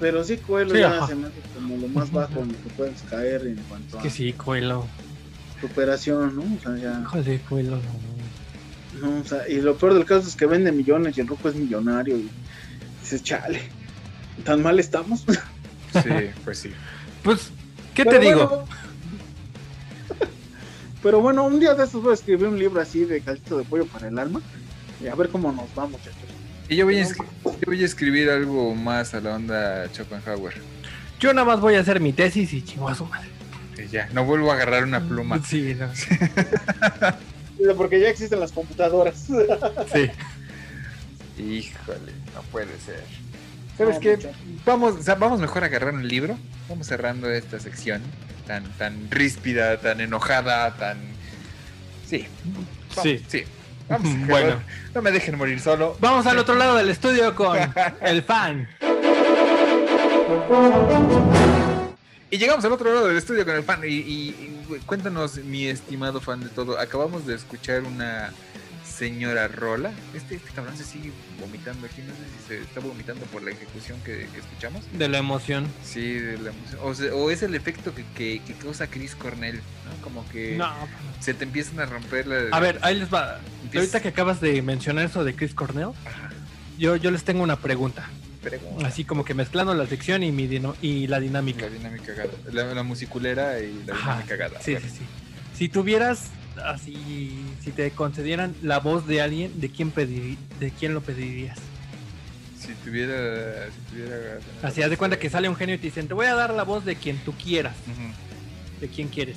S5: Pero sí, Coelho
S2: Sí,
S5: ya
S2: ajá.
S5: se me hace como lo más bajo en lo que puedes caer en cuanto
S2: Es que sí, Coelho.
S5: a superación, ¿no? O sea, ya.
S2: Híjole, Coelho, no.
S5: no, o sea, y lo peor del caso es que vende millones y el rojo es millonario. Y dices, chale, tan mal estamos.
S3: Sí, pues sí.
S2: Pues, ¿qué
S5: Pero
S2: te digo?
S5: bueno. pero bueno, un día de estos voy a escribir un libro así de calcito de pollo para el alma. Y a ver cómo nos va, muchachos.
S3: Y yo voy a, escri- yo voy a escribir algo más a la onda Schopenhauer.
S2: Yo nada más voy a hacer mi tesis y chingo a su madre.
S3: Y ya, no vuelvo a agarrar una pluma.
S2: Sí, no. sí.
S5: Porque ya existen las computadoras.
S3: Híjole, no puede ser. ¿Sabes qué? Vamos, o sea, vamos mejor a agarrar un libro. Vamos cerrando esta sección tan, tan ríspida, tan enojada, tan. Sí. Vamos,
S2: Sí.
S3: Sí. Vamos. a
S2: Bueno.
S3: agarrar- No me dejen morir solo.
S2: Vamos al otro lado del estudio con el fan.
S3: Y llegamos al otro lado del estudio con el fan. Y, y- y cuéntanos, mi estimado fan de todo. Acabamos de escuchar una señora Rola. Este, este cabrón se sigue vomitando aquí. No sé si se está vomitando por la ejecución que- que escuchamos.
S2: De la emoción.
S3: Sí, de la música. O, se- o es el efecto que, que- que causa Chris Cornell, ¿no? Como que
S2: No.
S3: se te empiezan a romper la...
S2: A ver, ahí les va.
S3: empiezas-
S2: Ahorita que acabas de mencionar eso de Chris Cornell,
S3: Ajá.
S2: yo, yo les tengo una pregunta.
S3: Pregunta.
S2: Así como que mezclando la sección y, mi dino- y la
S3: La
S2: dinámica.
S3: dinámica gada. La, la musiculera y la
S2: Ajá,
S3: dinámica gada.
S2: Sí, sí, sí. Si tuvieras así, si te concedieran la voz de alguien, ¿de quién, pedir, de quién lo pedirías?
S3: Si tuviera... Si tuviera
S2: Así, haz de cuenta que sale un genio y te dicen, te voy a dar la voz de quien tú quieras,
S3: Ujú.
S2: de quien quieres.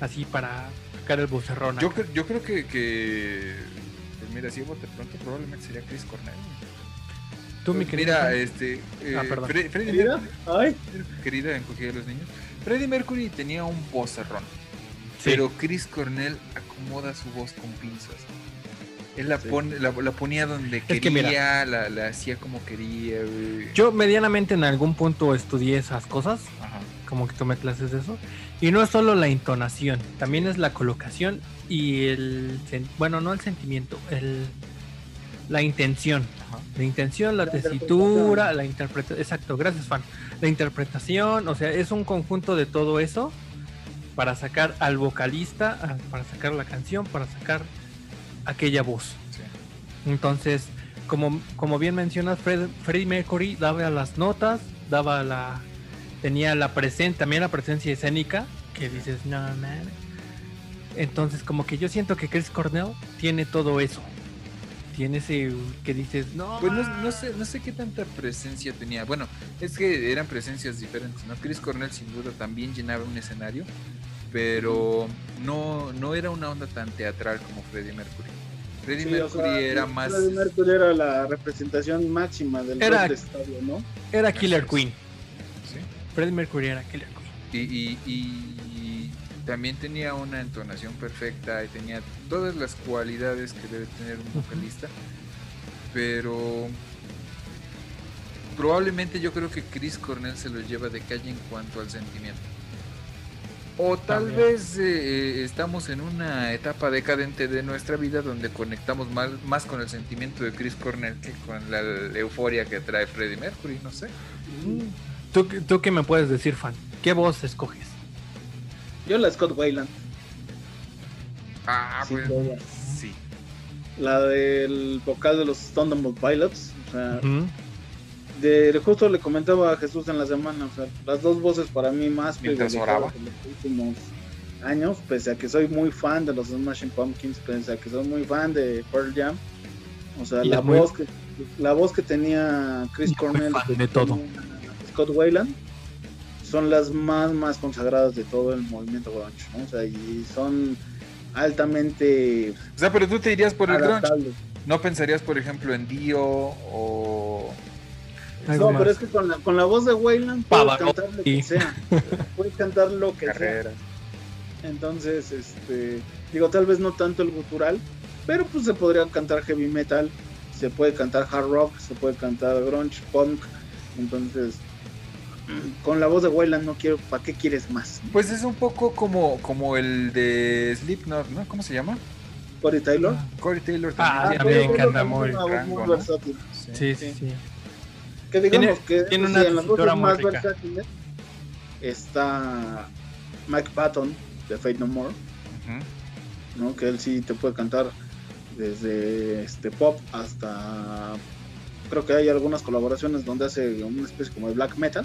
S2: Así para sacar el vocerrón.
S3: Yo,
S2: acá.
S3: cre- yo creo que... que... Pues mira, si bote pronto probablemente sería Chris Cornell.
S2: Tú, mi querido
S3: Mira,
S2: Juan,
S3: este... eh,
S2: Ah, perdón.
S3: Fre- Freddie
S5: Mira,
S3: Mercury-
S5: ay,
S3: querida encogida de los niños. Freddie Mercury tenía un vocerrón.
S2: Sí.
S3: Pero Chris Cornell acomoda su voz con pinzas. Él la, pone- la, la ponía donde
S2: que
S3: quería,
S2: mira.
S3: la, la hacía como quería. güey.
S2: yo medianamente en algún punto estudié esas cosas,
S3: Ajá.
S2: como que tomé clases de eso. Y no es solo la entonación, también es la colocación y el, sen- bueno, no el sentimiento, el, la intención.
S3: Ajá.
S2: La intención, la, tesitura, la interpretación, exacto, gracias fan. La interpretación, o sea, es un conjunto de todo eso para sacar al vocalista, a- para sacar la canción, para sacar aquella voz.
S3: Sí.
S2: Entonces, como, como bien mencionas, Fred- Freddie Mercury daba las notas, daba la tenía la presencia, también la presencia escénica, que dices, no man. Entonces, como que yo siento que Chris Cornell tiene todo eso. Tiene ese que dices, no.
S3: Pues no, no sé, no sé qué tanta presencia tenía. Bueno, es que eran presencias diferentes, ¿no? Chris Cornell sin duda también llenaba un escenario, pero no, no era una onda tan teatral como Freddie Mercury. Freddie
S5: sí, o
S3: Mercury
S5: sea,
S3: era más...
S5: Freddie Mercury era la representación máxima del
S2: Era-
S5: rock de estadio, ¿no?
S2: Era Killer
S3: Gracias.
S2: Queen.
S3: ¿sí?
S2: Freddie Mercury era Killer Queen.
S3: Y, y- y también tenía una entonación perfecta y tenía todas las cualidades que debe tener un vocalista. Pero probablemente yo creo que Chris Cornell se lo lleva de calle en cuanto al sentimiento. O tal
S2: También.
S3: vez eh, eh, estamos en una etapa decadente de nuestra vida donde conectamos más, más con el sentimiento de Chris Cornell que con la euforia que trae Freddie Mercury, no sé.
S2: ¿Tú, qué- ¿Tú qué me puedes decir, fan? ¿Qué voz escoges?
S5: Yo la Scott Wayland,
S3: Ah,
S5: sin
S3: pues,
S5: duda.
S3: sí.
S5: la del vocal de los Stone Temple Pilots, o sea,
S2: Ujú.
S5: de, justo le comentaba a Jesús en la semana, o sea, las dos voces para mí más
S3: Mientras oraba.
S5: de los últimos años, pese a que soy muy fan de los Smashing Pumpkins, pese a que soy muy fan de Pearl Jam, o sea,
S2: Y
S5: la
S2: es muy-
S5: voz que la voz que tenía
S2: Y
S5: Chris
S2: muy
S5: Cornell
S2: fan
S5: que
S2: de todo.
S5: tenía Scott Wayland son las más más consagradas de todo el movimiento grunge, ¿no? o sea, y son altamente.
S3: O sea, pero tú te irías por el
S5: adaptable.
S3: grunge. No pensarías, por ejemplo, en Dio o.
S5: No, pero es que con la, con la voz de Wayland puedes
S3: Pavarotti.
S5: cantar lo que sea. puedes cantar lo que
S3: Carrera.
S5: sea. Entonces, este, digo, tal vez no tanto el gutural, pero pues se podría cantar heavy metal, se puede cantar hard rock, se puede cantar grunge, punk. Entonces, con la voz de Wayland no quiero, ¿para qué quieres más?
S3: Pues es un poco como, como el de Slipknot, ¿no? ¿Cómo se llama?
S5: Corey Taylor.
S3: Corey Taylor
S2: Ah,
S3: también.
S2: sí, a mí me encanta muy
S5: Una voz
S3: rango,
S5: muy
S3: ¿no?
S5: versátil.
S2: Sí, sí, sí.
S5: Que digamos
S2: Tiene-
S5: que
S2: tiene
S5: sí,
S2: una
S5: en las
S2: tesitura
S5: voces
S2: muy
S5: más
S2: rica.
S5: versátiles está Mike Patton de Fate No More,
S3: Ujú.
S5: ¿no? que él sí te puede cantar desde este pop hasta creo que hay algunas colaboraciones donde hace una especie como de black metal.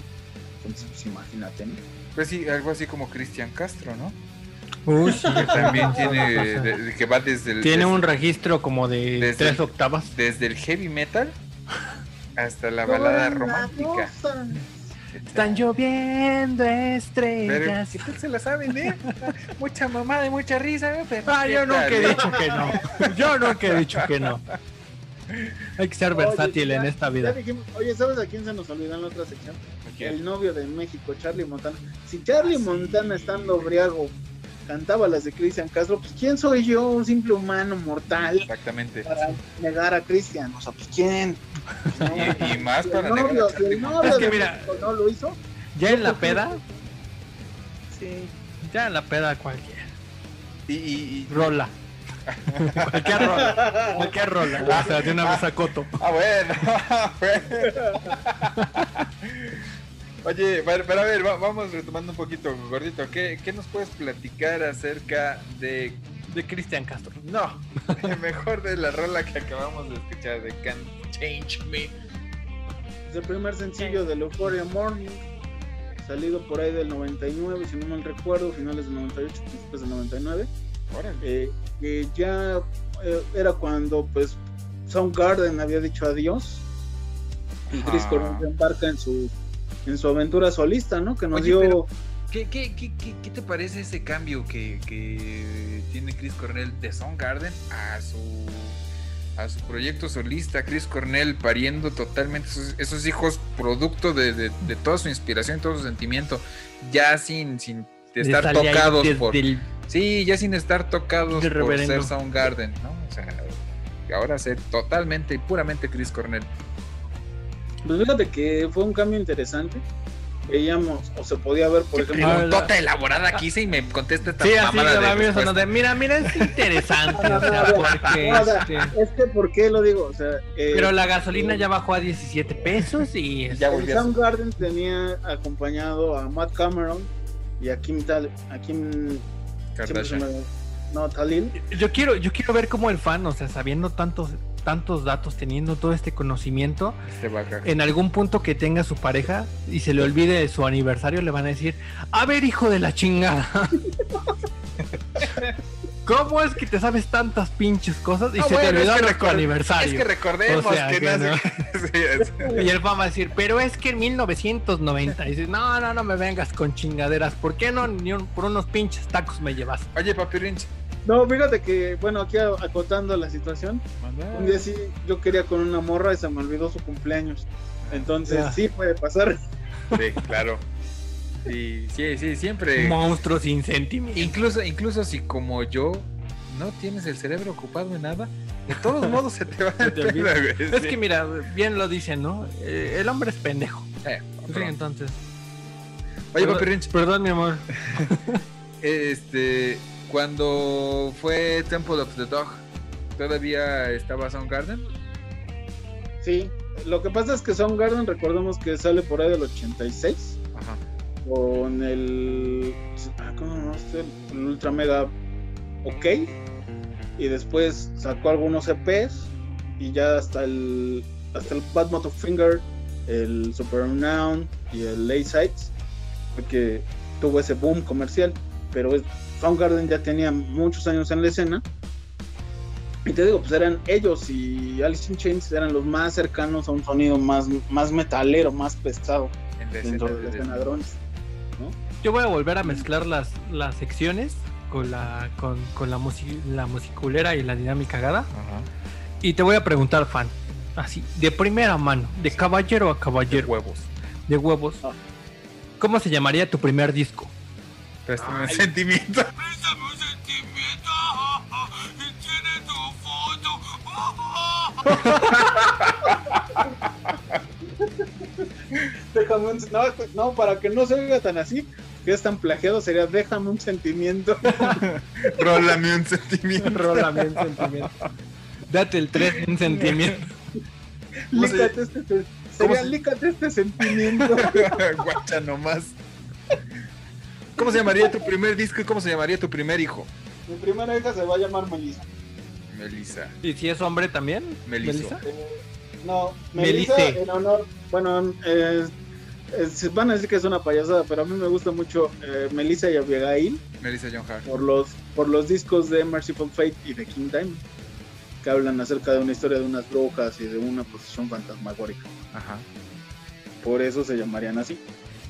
S5: Entonces, pues imagínate, ¿no?
S3: Pues sí, algo así como Cristian Castro, ¿no?
S2: Uy, sí.
S3: Que también tiene. de- de- que va desde el.
S2: Tiene
S3: des-
S2: un registro como de
S3: Desde-
S2: tres octavas.
S3: Desde el heavy metal hasta la balada romántica.
S2: Están lloviendo
S3: Pero,
S2: estrellas.
S3: ¿qué tal se la saben, eh? Mucha mamada y mucha risa, ¿eh? Pero,
S2: Ah,
S3: ¿qué
S2: yo nunca
S3: tal,
S2: he
S3: eh?
S2: dicho que no. Yo nunca he dicho que no. Hay que ser versátil
S5: Oye,
S2: en
S5: ya-
S2: esta
S5: ya
S2: vida.
S5: dijimos- oye, ¿sabes a quién se nos olvidó en la otra sección?
S3: ¿Quién?
S5: El novio de México, Charlie Montana. Si Charlie Montana estando briago cantaba las de Cristian Castro, pues ¿quién soy yo, un simple humano mortal,
S3: Exactamente.
S5: para negar a Cristian? O sea, pues ¿quién? Pues, no.
S3: Y, y más
S5: Si
S3: para
S5: el
S3: negar
S5: novio,
S3: a
S5: si
S3: Charlie
S5: el
S3: Montana.
S5: novio
S2: Es que
S5: de
S2: mira-
S5: México no lo hizo,
S2: Ya en la peda,
S5: sí.
S2: ya en la peda cualquier
S3: Y, y- y-
S2: rola. cualquier rola. Cualquier rola. O sea, de una vez a Coto.
S3: Ah, bueno. bueno. Oye, pero, pero a ver, va- vamos retomando un poquito, gordito. ¿Qué, qué nos puedes platicar acerca de...
S2: De Cristian Castro.
S3: No, mejor de la rola que acabamos de escuchar, de Can't Change Me.
S5: Es el primer sencillo de Euphoria Morning, salido por ahí del 99, si no mal recuerdo, finales del 98, principios del 99.
S3: Órale.
S5: eh, que ya eh, era cuando pues Soundgarden había dicho adiós y Chris
S3: Ajá.
S5: Cornell se embarca en su en su aventura solista, ¿no? Que nos
S3: Oye,
S5: dio
S3: pero- ¿Qué, qué, qué, qué, qué te parece ese cambio que, que tiene Chris Cornell de Soundgarden a su, a su proyecto solista? Chris Cornell pariendo totalmente esos, esos hijos producto de, de- de toda su inspiración, todo su sentimiento, ya sin, sin estar
S2: Sale ahí
S3: tocados
S2: desde
S3: por...
S2: el-
S3: Sí, ya sin estar tocados
S2: del
S3: por
S2: reverendo.
S3: ser Soundgarden, ¿no? O sea, ahora ser totalmente y puramente Chris Cornell.
S5: pues fíjate que fue un cambio interesante. Veíamos o se podía ver por ejemplo
S2: primero-
S3: Preguntota elaborada que hice y me contesta esta
S2: Ah, Sí, así
S3: mamada
S2: de
S3: de
S2: la mía
S3: respuesta.
S2: sonó de, mira, mira, es interesante, o sea, porque
S5: No, o sea,
S2: este,
S5: es que por qué lo digo, o sea, eh,
S2: pero la gasolina ya bajó a 17 pesos y
S3: Y
S2: este,
S3: ya
S5: el
S3: volví a su-
S5: Soundgarden tenía acompañado a Matt Cameron y a Kim Tal a Kim siempre se
S3: Kardashian.
S5: me- no Talil
S2: yo quiero yo quiero ver cómo el fan, o sea, sabiendo tantos tantos datos, teniendo todo este conocimiento,
S3: Este vaca.
S2: en algún punto que tenga su pareja y se le olvide su aniversario, le van a decir, a ver, hijo de la chingada. ¿Cómo es que te sabes tantas pinches cosas y
S3: Ah,
S2: se
S3: bueno,
S2: te olvidó
S3: es que
S2: lo- tu
S3: recor- Es
S2: aniversario?
S3: que recordemos
S2: O sea,
S3: que,
S2: que
S3: no
S2: no.
S3: Sí, es-
S2: Y el fan va a decir, pero es que en 1990. Y dices, no, no, no me vengas con chingaderas. ¿Por qué no? Ni un- por unos pinches tacos me llevas.
S3: Oye, Papi Rinch.
S5: No, fíjate que, bueno, aquí a- acotando la situación, un día sí yo quería con una morra y se me olvidó su cumpleaños. Entonces,
S2: Ya.
S5: sí puede pasar.
S3: Sí, claro. Sí, sí, sí, siempre.
S2: Monstruo sin sentimiento.
S3: Incluso, incluso si como yo no tienes el cerebro ocupado en nada, de todos modos se te va a
S2: te olvida. Es
S3: Eh,
S2: que mira, bien lo dicen, ¿no? Eh, el hombre es pendejo. Sí, entonces.
S3: eh, Oye,
S2: Perdón-
S3: Papi Rinch,
S2: Perdón, mi amor.
S3: este, cuando fue Temple of the Dog, ¿todavía estaba Soundgarden?
S5: Sí, lo que pasa es que Soundgarden, recordemos que sale por ahí del 86
S3: Ajá.
S5: con el. ah, ¿Cómo no sé? El Ultra Mega OK. Y después sacó algunos EPs y ya hasta el. Hasta el Bad Motor Finger, el Super Renown y el Lay Sites, porque tuvo ese boom comercial. Pero es- Soundgarden ya tenía muchos años en la escena. Y te digo, pues eran ellos y Alice in Chains eran los más cercanos a un sonido más, más metalero, más pesado
S3: En la escena
S5: dentro de
S3: de-
S5: los ganadrones.
S2: Yo voy a volver a mezclar las, las secciones con la, con, con la, musi- la musiculera y la dinámica cagada.
S7: Ajá.
S2: Y te voy a preguntar, fan, así, de primera mano, de caballero a caballero. De Ah. huevos. De huevos. ¿Cómo se llamaría tu primer disco?
S3: Préstame un sentimiento.
S5: Déjame un- no, no, para que no se oiga tan así, que es tan plagiado, sería déjame un sentimiento.
S3: Rólame un sentimiento.
S2: Rólame un sentimiento. Date el 3 un sentimiento.
S5: Lícate este, sen- sería
S3: se-
S5: lícate este sentimiento.
S3: Guacha nomás. ¿Cómo se llamaría tu primer disco y cómo se llamaría tu primer hijo?
S5: Mi primera hija se va a llamar Melissa.
S3: Melissa.
S2: ¿Y si es hombre también?
S3: Meliso.
S5: Eh, No, Melissa
S2: Melice.
S5: en honor. Bueno, eh, es- van a decir que es una payasada, pero a mí me gusta mucho eh, Melissa y Abigail
S3: Melissa John Hart.
S5: por los, por los discos de Merciful Fate y de King Time, que hablan acerca de una historia de unas brujas y de una posición fantasmagórica.
S3: Ajá.
S5: Por eso se llamarían así.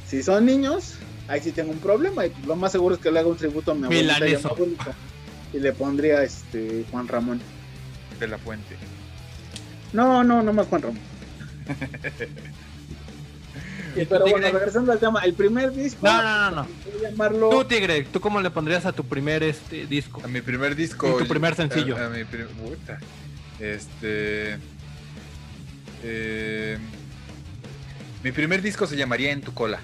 S5: Si son niños, ahí sí tengo un problema. Y lo más seguro es que le haga un tributo a mi abuelita y a mi
S2: Milaneso.
S5: abuelita. Y le pondría este Juan Ramón.
S3: De la Fuente.
S5: No, no, no más Juan Ramón.
S2: ¿Y tú,
S5: Pero bueno,
S2: tigre?
S5: regresando al tema, el primer disco,
S2: No, no, no, no.
S5: voy a llamarlo
S2: Tú, Tigre, ¿tú cómo le pondrías a tu primer este disco?
S3: A mi primer disco.
S2: Y tu primer
S3: a-
S2: sencillo.
S3: A, mi primer. Este. eh, mi primer disco se llamaría En tu cola.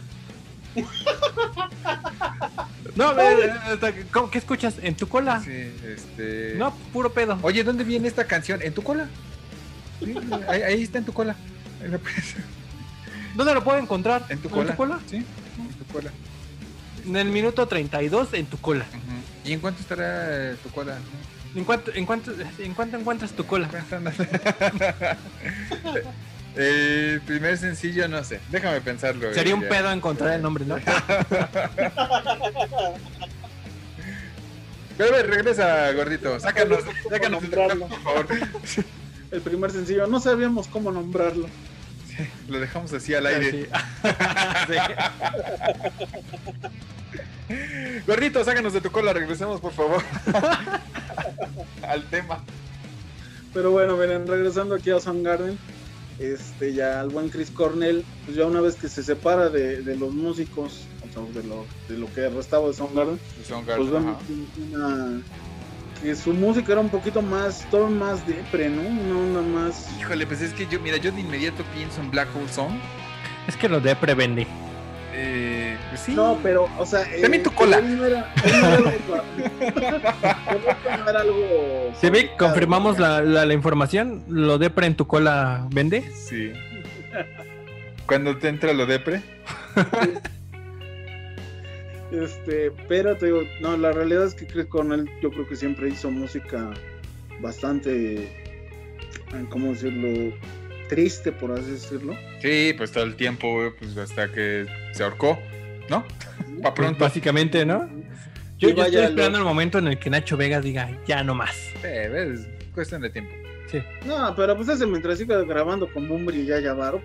S2: No, eh, eh, ¿cómo- ¿qué escuchas? ¿En tu cola?
S3: Sí, este.
S2: Ah. No, puro pedo.
S3: Oye, ¿dónde viene esta canción? ¿En tu cola? Sí, Ahí, ahí está en tu cola. Ahí la puedes-
S2: ¿Dónde lo puedo encontrar?
S3: ¿En tu cola?
S2: ¿En tu cola?
S3: Sí, en tu cola.
S2: En el minuto 32, en tu cola.
S3: Ujú. ¿Y en cuánto estará eh, tu cola?
S2: ¿En cuánto, en cuánto, en cuánto encuentras tu cola?
S3: El primer sencillo, no sé. Déjame pensarlo.
S2: Sería un
S3: ya.
S2: pedo encontrar el nombre, ¿no?
S3: Pero a ver, regresa, gordito. Sácanos, sácanos del
S5: Nombrarlo.
S3: trap, por favor.
S5: el primer sencillo. No sabíamos cómo nombrarlo.
S3: Lo dejamos así al aire. Gordito, sácanos de tu cola. Regresemos, por favor. al tema.
S5: Pero bueno, miren, regresando aquí a Soundgarden, este, ya al buen Chris Cornell, pues ya una vez que se separa de, de los músicos, o sea, de lo, de lo que restaba de Soundgarden, pues
S3: Ajá.
S5: vemos una- que su música era un poquito más, todo más depre, ¿no? Una onda más...
S3: Híjole, pues es que yo, mira, yo de inmediato pienso en Black Hole Song.
S2: Es que lo de prevende.
S3: Eh, pues sí.
S5: No, pero, o sea... eh,
S3: Dame tu cola.
S5: él no era- él no era algo- él no era algo...
S2: Se ve, confirmamos la, la, la información. Lo de pre en tu cola vende.
S3: Sí. Cuando te entra lo depre.
S5: Este, pero te digo, no, la realidad es que Chris Cornell yo creo que siempre hizo música bastante, eh, ¿cómo decirlo? Triste, por así decirlo.
S3: Sí, pues todo el tiempo, güey, pues hasta que se ahorcó, ¿no? Pa' pronto.
S2: Pues, Básicamente, ¿no? Yo,
S5: Y
S2: yo
S5: vaya
S2: estoy
S5: lo-
S2: esperando el momento en el que Nacho Vegas diga, ya no más.
S3: Sí, es cuestión de tiempo.
S5: No, pero pues ese mientras siga grabando con Bumbri y Yaya Baro,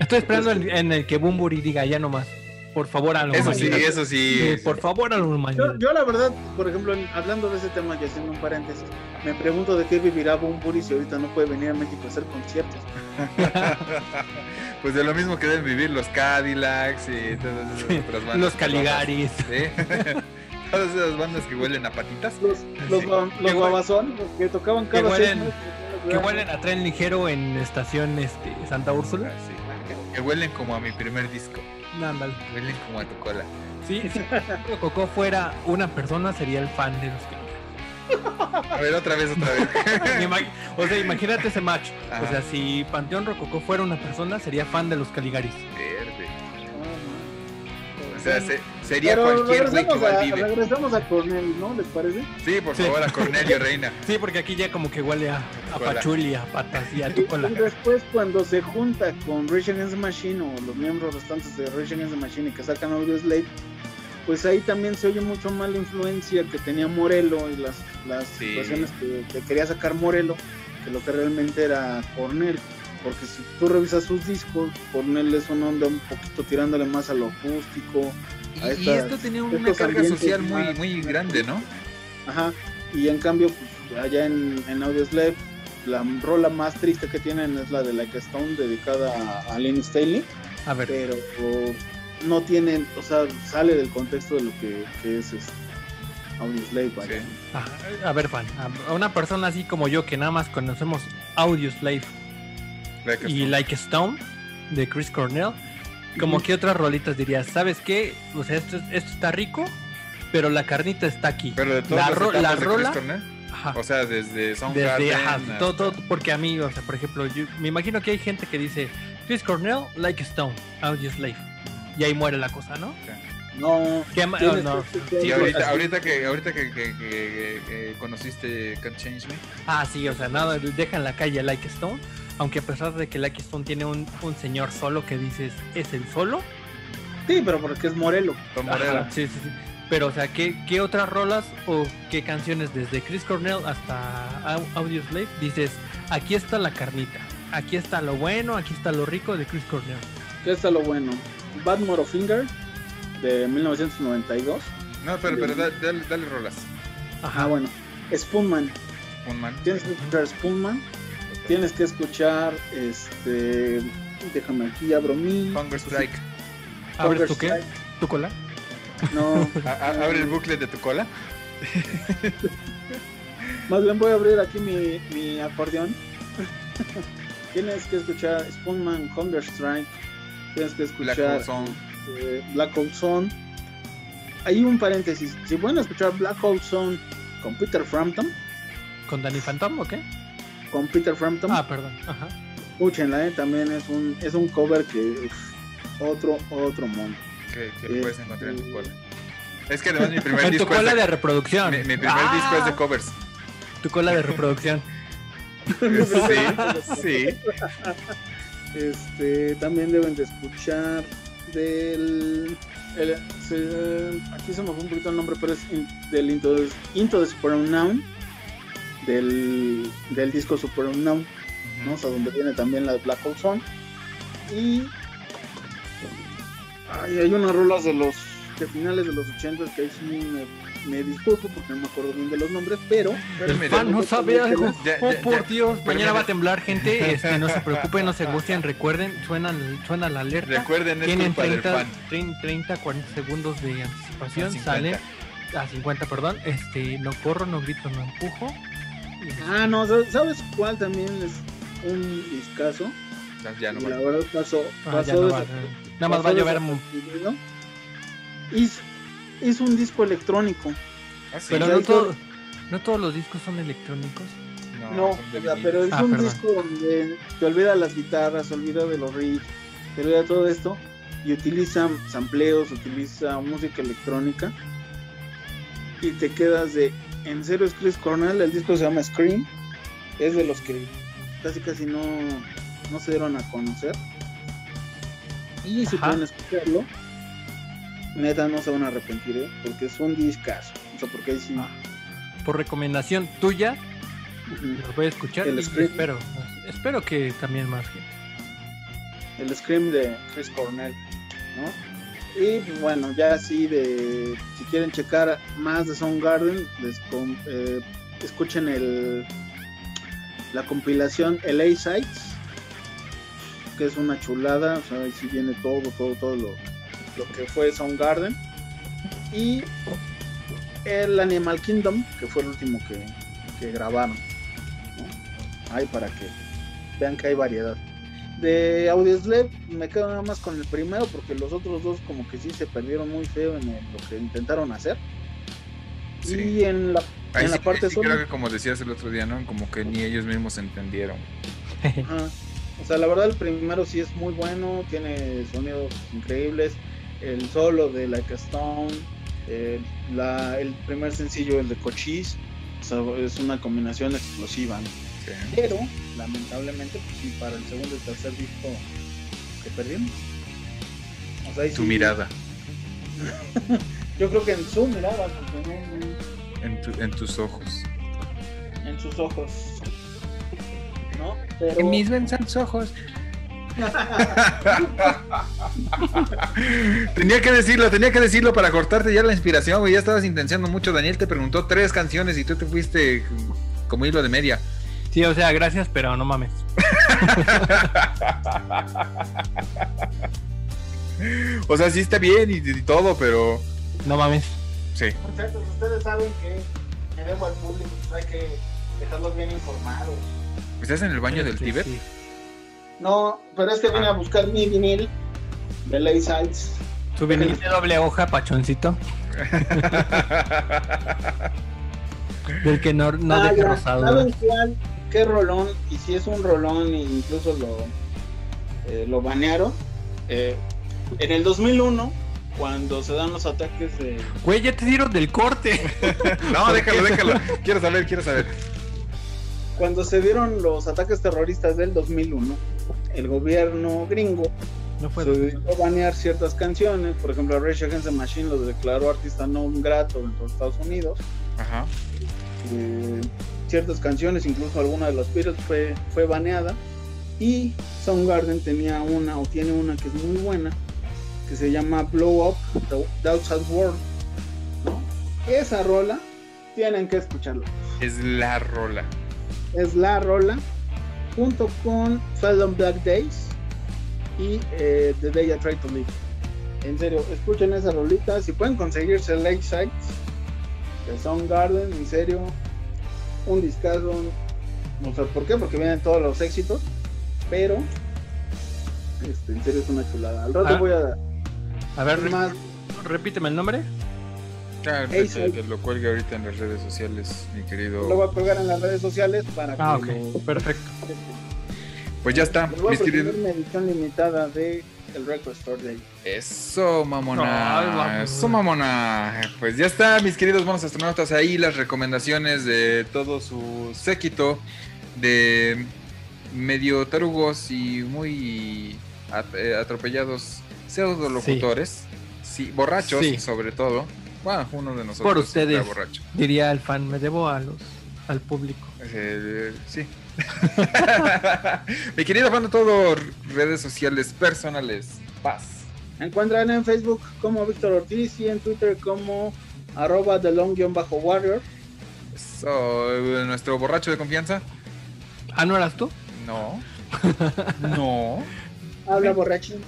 S2: Estoy esperando el- en el que Bumburi diga, ya no más. Por favor, a la
S3: Eso sí,
S2: humanidad.
S3: eso sí.
S2: Eh, Por favor, a la humanidad.
S5: Yo, yo la verdad, por ejemplo, en- hablando de ese tema y haciendo un paréntesis, me pregunto de qué vivirá Bumburi si ahorita no puede venir a México a hacer conciertos.
S3: Pues de lo mismo que deben vivir los Cadillacs y todas esas
S2: Sí,
S3: otras bandas.
S2: Los Caligaris.
S3: Sí. todas esas bandas que huelen a patitas.
S5: Los, los,
S3: Sí.
S5: ba- los
S2: Que hue-
S5: babazón, los que tocaban cada
S2: que
S5: seis
S2: huelen-
S5: meses,
S2: Que huelen a tren ligero en estación este, Santa Úrsula.
S3: Así. Ah, Que huelen como a mi primer disco.
S2: Ándale.
S3: Huelen como a tu cola.
S2: Sí, si Pedro Cocó fuera una persona, sería el fan de los Caligaris.
S3: A ver, otra vez, otra vez.
S2: Me imag- O sea, imagínate ese match. O
S3: Ajá.
S2: sea, si Panteón Rococó fuera una persona, sería fan de los Caligaris.
S3: Verde.
S5: Ah,
S3: O sea, se- sería
S5: Pero
S3: cualquier güey que
S5: regresemos
S3: igual
S5: a,
S3: vive.
S5: regresemos a Cornell, ¿no? ¿Les parece?
S3: Sí, por
S2: Sí.
S3: favor, a Cornelio Reina.
S2: Sí, porque aquí ya como que huele a, a
S3: Cola.
S2: pachuli, a patas y a tu cola.
S5: Y después cuando se junta con Rage Against the Machine o los miembros restantes de Rage Against the Machine y que sacan Audio Slave, pues ahí también se oye mucho más la influencia que tenía Morelo y las, las
S3: Sí.
S5: situaciones que, que quería sacar Morelo que lo que realmente era Cornell. Porque si tú revisas sus discos, Cornell es una onda un poquito tirándole más a lo acústico, a
S3: Y, y
S5: estas-
S3: esto tenía una
S5: estos
S3: carga
S5: ambientes
S3: social muy,
S5: más-
S3: muy grande, ¿no?
S5: Ajá. Y en cambio, pues, allá en, en Audio la rola más triste que tienen es la de Like a Stone, dedicada a- a Lynn Staley.
S2: A ver.
S5: Pero o, no tienen, o sea, sale del contexto de lo que, que es este, Audio vaya.
S2: Ah, a ver, Juan, a- a una persona así como yo que nada más conocemos Audioslave
S3: Like a
S2: y Like a Stone de Chris Cornell, como que otras rolitas dirías, ¿sabes qué? O sea, esto, esto está rico, pero la carnita está aquí.
S3: Pero de
S2: la,
S3: todas las
S2: ro-
S3: etapas
S2: la
S3: de Chris
S2: rola,
S3: Cornell,
S2: ajá.
S3: O sea, desde Soundgarden.
S2: desde, ajá,
S3: hasta-
S2: todo, todo, porque a mí, o sea, por ejemplo, yo- me imagino que hay gente que dice Chris Cornell, Like a Stone, Audioslave, y ahí muere la cosa, ¿no?
S5: No,
S2: Qué ma-
S5: tienes
S2: no,
S5: este-
S3: Y
S5: este-
S3: ahorita, ahorita que, ahorita que, que- que- que conociste Can't Change Me.
S2: Ah, sí, o sea, nada, deja en la calle a Like Stone. Aunque a pesar de que Like Stone tiene un, un señor solo que dices, ¿es el solo?
S5: Sí, pero porque es Morelo.
S3: Tom
S2: Ajá,
S3: Morello.
S2: sí, sí, sí. Pero, o sea, ¿qué, ¿qué otras rolas o qué canciones desde Chris Cornell hasta Au- Audioslave dices, aquí está la carnita, aquí está lo bueno, aquí está lo rico de Chris Cornell?
S5: ¿Qué está lo bueno? Bad Motorfinger de 1992.
S3: No, pero, pero da- dale, dale rolas.
S5: Ah,
S2: Ajá,
S5: bueno. Spoonman.
S3: Un man.
S5: Tienes que escuchar Spoonman. Tienes que escuchar este. Déjame aquí, abro mi.
S3: Hunger Strike.
S2: ¿abres
S5: Hunger
S2: tu qué?
S5: Strike.
S2: ¿Tu cola?
S5: No,
S3: A- a- abre el bucle de tu cola.
S5: más bien voy a abrir aquí mi, mi acordeón. Tienes que escuchar Spoonman, Hunger Strike. Tienes
S3: La
S5: que escuchar
S3: Coulson.
S5: eh, Black Hole Zone. Hay un paréntesis. Si pueden escuchar Black Hole Zone con Peter Frampton,
S2: ¿Con Danny Phantom o qué?
S5: con Peter Frampton,
S2: Ah, perdón. Ajá.
S5: escúchenla, eh, también es un, es un cover que uf, otro, otro mundo.
S3: Que, que lo puedes encontrar en tu cola. Es que además mi primer
S2: En tu
S3: disco es
S2: cola
S3: de,
S2: de reproducción.
S3: mi, mi primer
S2: Ah,
S3: disco es de covers.
S2: Tu cola de reproducción.
S3: Sí, sí.
S5: Este, también deben de escuchar del. el- se- aquí se me fue un poquito el nombre, pero es in- del Into, the- Into the Super Unknown, del, del disco Super Unknown, ¿no? O sea, donde viene también la de Black Hole Zone. Y. ay, hay unas rolas de los. de finales de los 80 que ahí sí me, me disculpo porque no me acuerdo bien de los nombres, pero.
S3: Pero
S2: El
S3: mira,
S2: fan Pues no sabe algo.
S3: Ya, ya,
S2: oh,
S3: ya.
S2: por Dios.
S3: Pero
S2: Mañana
S3: mira.
S2: va a temblar, gente. Este, no se preocupen, no se gusten. Recuerden, suena, suena la alerta.
S3: recuerden, es
S2: Tienen
S3: culpa del
S2: 30,
S3: fan.
S2: 30, 30, 40 segundos de anticipación.
S3: Son 50.
S2: Salen a 50, perdón. Este, no corro, no grito, no empujo.
S5: Ah, no, ¿sabes- ¿sabes cuál también es un discazo?
S3: Ya, ya no
S5: Y la
S3: va.
S5: verdad pasó,
S2: Ah, ya
S5: pasó
S2: no va,
S5: desaper-
S2: Nada más
S5: pasó
S2: va a llover. mu-
S5: desapercibido. Hizo, hizo un disco electrónico.
S3: Ah, sí.
S2: Pero
S5: ya
S2: no,
S5: hizo-
S2: todo- no todos los discos son electrónicos.
S3: no,
S5: no,
S3: son de
S5: o sea,
S3: vinil.
S5: pero es
S2: Ah,
S5: un
S2: perdón.
S5: disco donde te olvida las guitarras, se olvida de los riffs, te olvida de todo esto. Y utiliza sampleos, utiliza música electrónica. Y te quedas de. En serio es Chris Cornell, el disco se llama Scream. Es de los que casi casi no, no se dieron a conocer. Y si
S2: Ajá.
S5: pueden escucharlo, neta no se van a arrepentir, ¿eh? porque es un discazo. O sea, porque ahí sí.
S2: Ah. Por recomendación tuya,
S5: ujú.
S2: los voy a escuchar.
S5: El
S2: y
S5: script.
S2: espero, espero que también más gente.
S5: el Scream de Chris Cornell, ¿no? Y pues, bueno, ya así de si quieren checar más de Soundgarden, les com- eh, escuchen el la compilación LA Sites, que es una chulada, o sea, ahí sí viene todo, todo, todo lo, lo que fue Soundgarden. Y el Animal Kingdom, que fue el último que, que grabaron. ¿no? Ahí para que vean que hay variedad. De Audioslave me quedo nada más con el primero porque los otros dos como que sí se perdieron muy feo en el- lo que intentaron hacer.
S3: Sí.
S5: Y en la,
S3: Ahí
S5: en la
S3: sí-
S5: parte
S3: ahí sí creo
S5: solo-
S3: que como decías el otro día, ¿no? Como que ni ellos mismos entendieron.
S5: Ajá. O sea, la verdad el primero sí es muy bueno, tiene sonidos increíbles, el solo de Like a Stone, el, la- el primer sencillo, el de Cochise, o sea, es una combinación explosiva. ¿no?
S3: Sí.
S5: Pero, lamentablemente, pues, sí, para el segundo y tercer disco se perdieron. O sea, ahí
S3: Tu
S5: sí,
S3: mirada,
S5: Yo creo que en su mirada, porque no- no-
S3: en, tu- en tus ojos.
S5: en sus ojos. ¿No? Pero,
S3: benzanos ojos. tenía que decirlo, tenía que decirlo para cortarte ya la inspiración, güey. Ya estabas intenciando mucho. Daniel te preguntó tres canciones y tú te fuiste como hilo de media.
S2: Sí, o sea, gracias, pero no mames.
S3: o sea, sí está bien y, y todo, pero
S2: No mames.
S3: sí.
S11: Muchachos, ustedes saben que queremos al público, pues hay que dejarlos bien informados.
S3: ¿Estás en el baño del
S2: Este,
S3: Tíber?
S5: No, pero es que vine a buscar mi vinil de Lay Sides.
S2: Tu vinil de doble hoja, pachoncito. Del que no, no
S5: Ah,
S2: deja
S5: ya,
S2: rosado.
S5: ¿Saben cuál? ¿Qué rolón? Y si es un rolón, e incluso lo, eh, lo banearon. eh, en el 2001, cuando se dan los ataques de.
S2: Güey, ya te dieron del corte.
S3: No, déjalo, déjalo. Quiero saber, quiero saber.
S5: Cuando se dieron los ataques terroristas del 2001, el gobierno gringo
S2: No
S5: se dedicó a pues, banear ciertas canciones. Por ejemplo, a Rage Against the Machine lo declaró artista no grato dentro de Estados Unidos.
S3: Ajá.
S5: eh, ciertas canciones, incluso alguna de los Beatles fue, fue baneada. Y Soundgarden tenía una, o tiene una que es muy buena, que se llama Blow Up The The Outside World. ¿no? Esa rola, tienen que escucharla.
S3: Es la rola.
S5: Es la rola, junto con Fell on Black Days y eh, The Day I Tried to Live. En serio, escuchen esa rolita. Si pueden conseguirse Lake Sites de Soundgarden, en serio, un discazo. No sé por qué, porque vienen todos los éxitos, pero este, en serio es una chulada. Al rato
S2: Ah.
S5: voy a.
S2: A ver,
S5: más.
S2: repíteme el nombre.
S3: Ya,
S5: Ey,
S3: te-
S5: soy-
S3: te lo cuelga ahorita en las redes sociales, mi
S5: Lo voy
S3: querido.
S5: a colgar en las redes sociales para que
S2: Ah,
S5: lo-
S2: ok. Perfecto.
S3: Pues ya está,
S5: Les voy
S3: mis
S5: a
S3: queridos.
S5: presentar una edición limitada de el Record Store Day.
S3: Eso,
S2: Ay,
S3: mamona.
S2: vamos.
S3: Eso, mamona. Pues ya está, mis queridos monos astronautas. Ahí las recomendaciones de todo su séquito de medio tarugos y muy at- eh, atropellados pseudo locutores. Sí. borrachos,
S2: Sí.
S3: sobre todo. Bueno, uno de nosotros.
S2: Por
S3: está
S2: ustedes.
S3: borracho.
S2: Diría el fan, me debo a los, al público.
S3: Eh, sí. mi querido fan de todo, redes sociales personales. Paz.
S5: Me encuentran en Facebook como Víctor Ortiz y en Twitter como arroba the long-warrior.
S3: Eso, nuestro borracho de confianza.
S2: Ah, ¿no eras tú?
S3: No. No.
S5: Habla borrachín.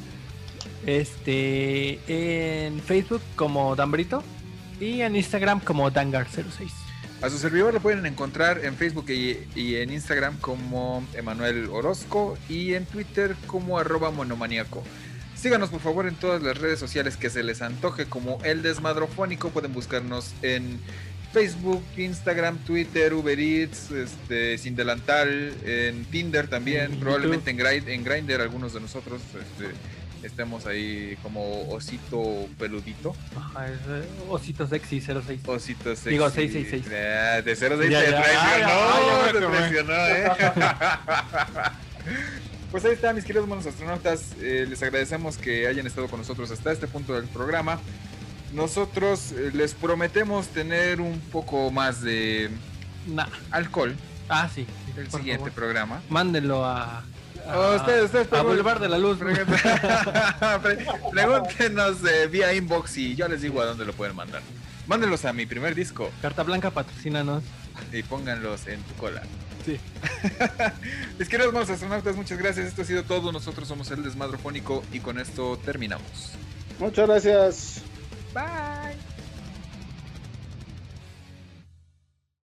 S2: Este, en Facebook como Dambrito y en Instagram como Dangar06.
S3: A su servidor lo pueden encontrar en Facebook y, y en Instagram como Emanuel Orozco y en Twitter como arroba monomaniaco. Síganos por favor en todas las redes sociales que se les antoje como El Desmadrofónico. Pueden buscarnos en Facebook, Instagram, Twitter, Uber Eats, este, Sin Delantal, en Tinder también,
S2: En
S3: probablemente en, Grind, en Grindr algunos de nosotros este, estemos ahí como osito peludito.
S2: Ajá, es, eh, Osito Sexy 06.
S3: Osito sexy.
S2: Digo, 666.
S3: Ah, De 06
S2: Ya,
S3: te
S2: ya.
S3: traicionó.
S2: Ay, ay, ya me
S3: te
S2: acordé.
S3: traicionó, eh. Pues ahí está, mis queridos buenos astronautas. Eh, les agradecemos que hayan estado con nosotros hasta este punto del programa. Nosotros eh, les prometemos tener un poco más de
S2: Nah.
S3: alcohol
S2: Ah, sí.
S3: el
S2: por
S3: siguiente
S2: favor.
S3: programa.
S2: Mándenlo a.
S3: Oh, ustedes, ustedes,
S2: a
S3: por-
S2: Boulevard de la Luz.
S3: Pre- Pregúntenos eh, vía inbox y yo les digo a dónde lo pueden mandar. Mándenlos a mi primer disco
S2: Carta Blanca, patrocínanos.
S3: y pónganlos en tu cola.
S2: Sí.
S3: Mis queridos monos astronautas, muchas gracias. Esto ha sido todo. Nosotros somos el Desmadrofónico y con esto terminamos.
S5: Muchas gracias.
S3: Bye.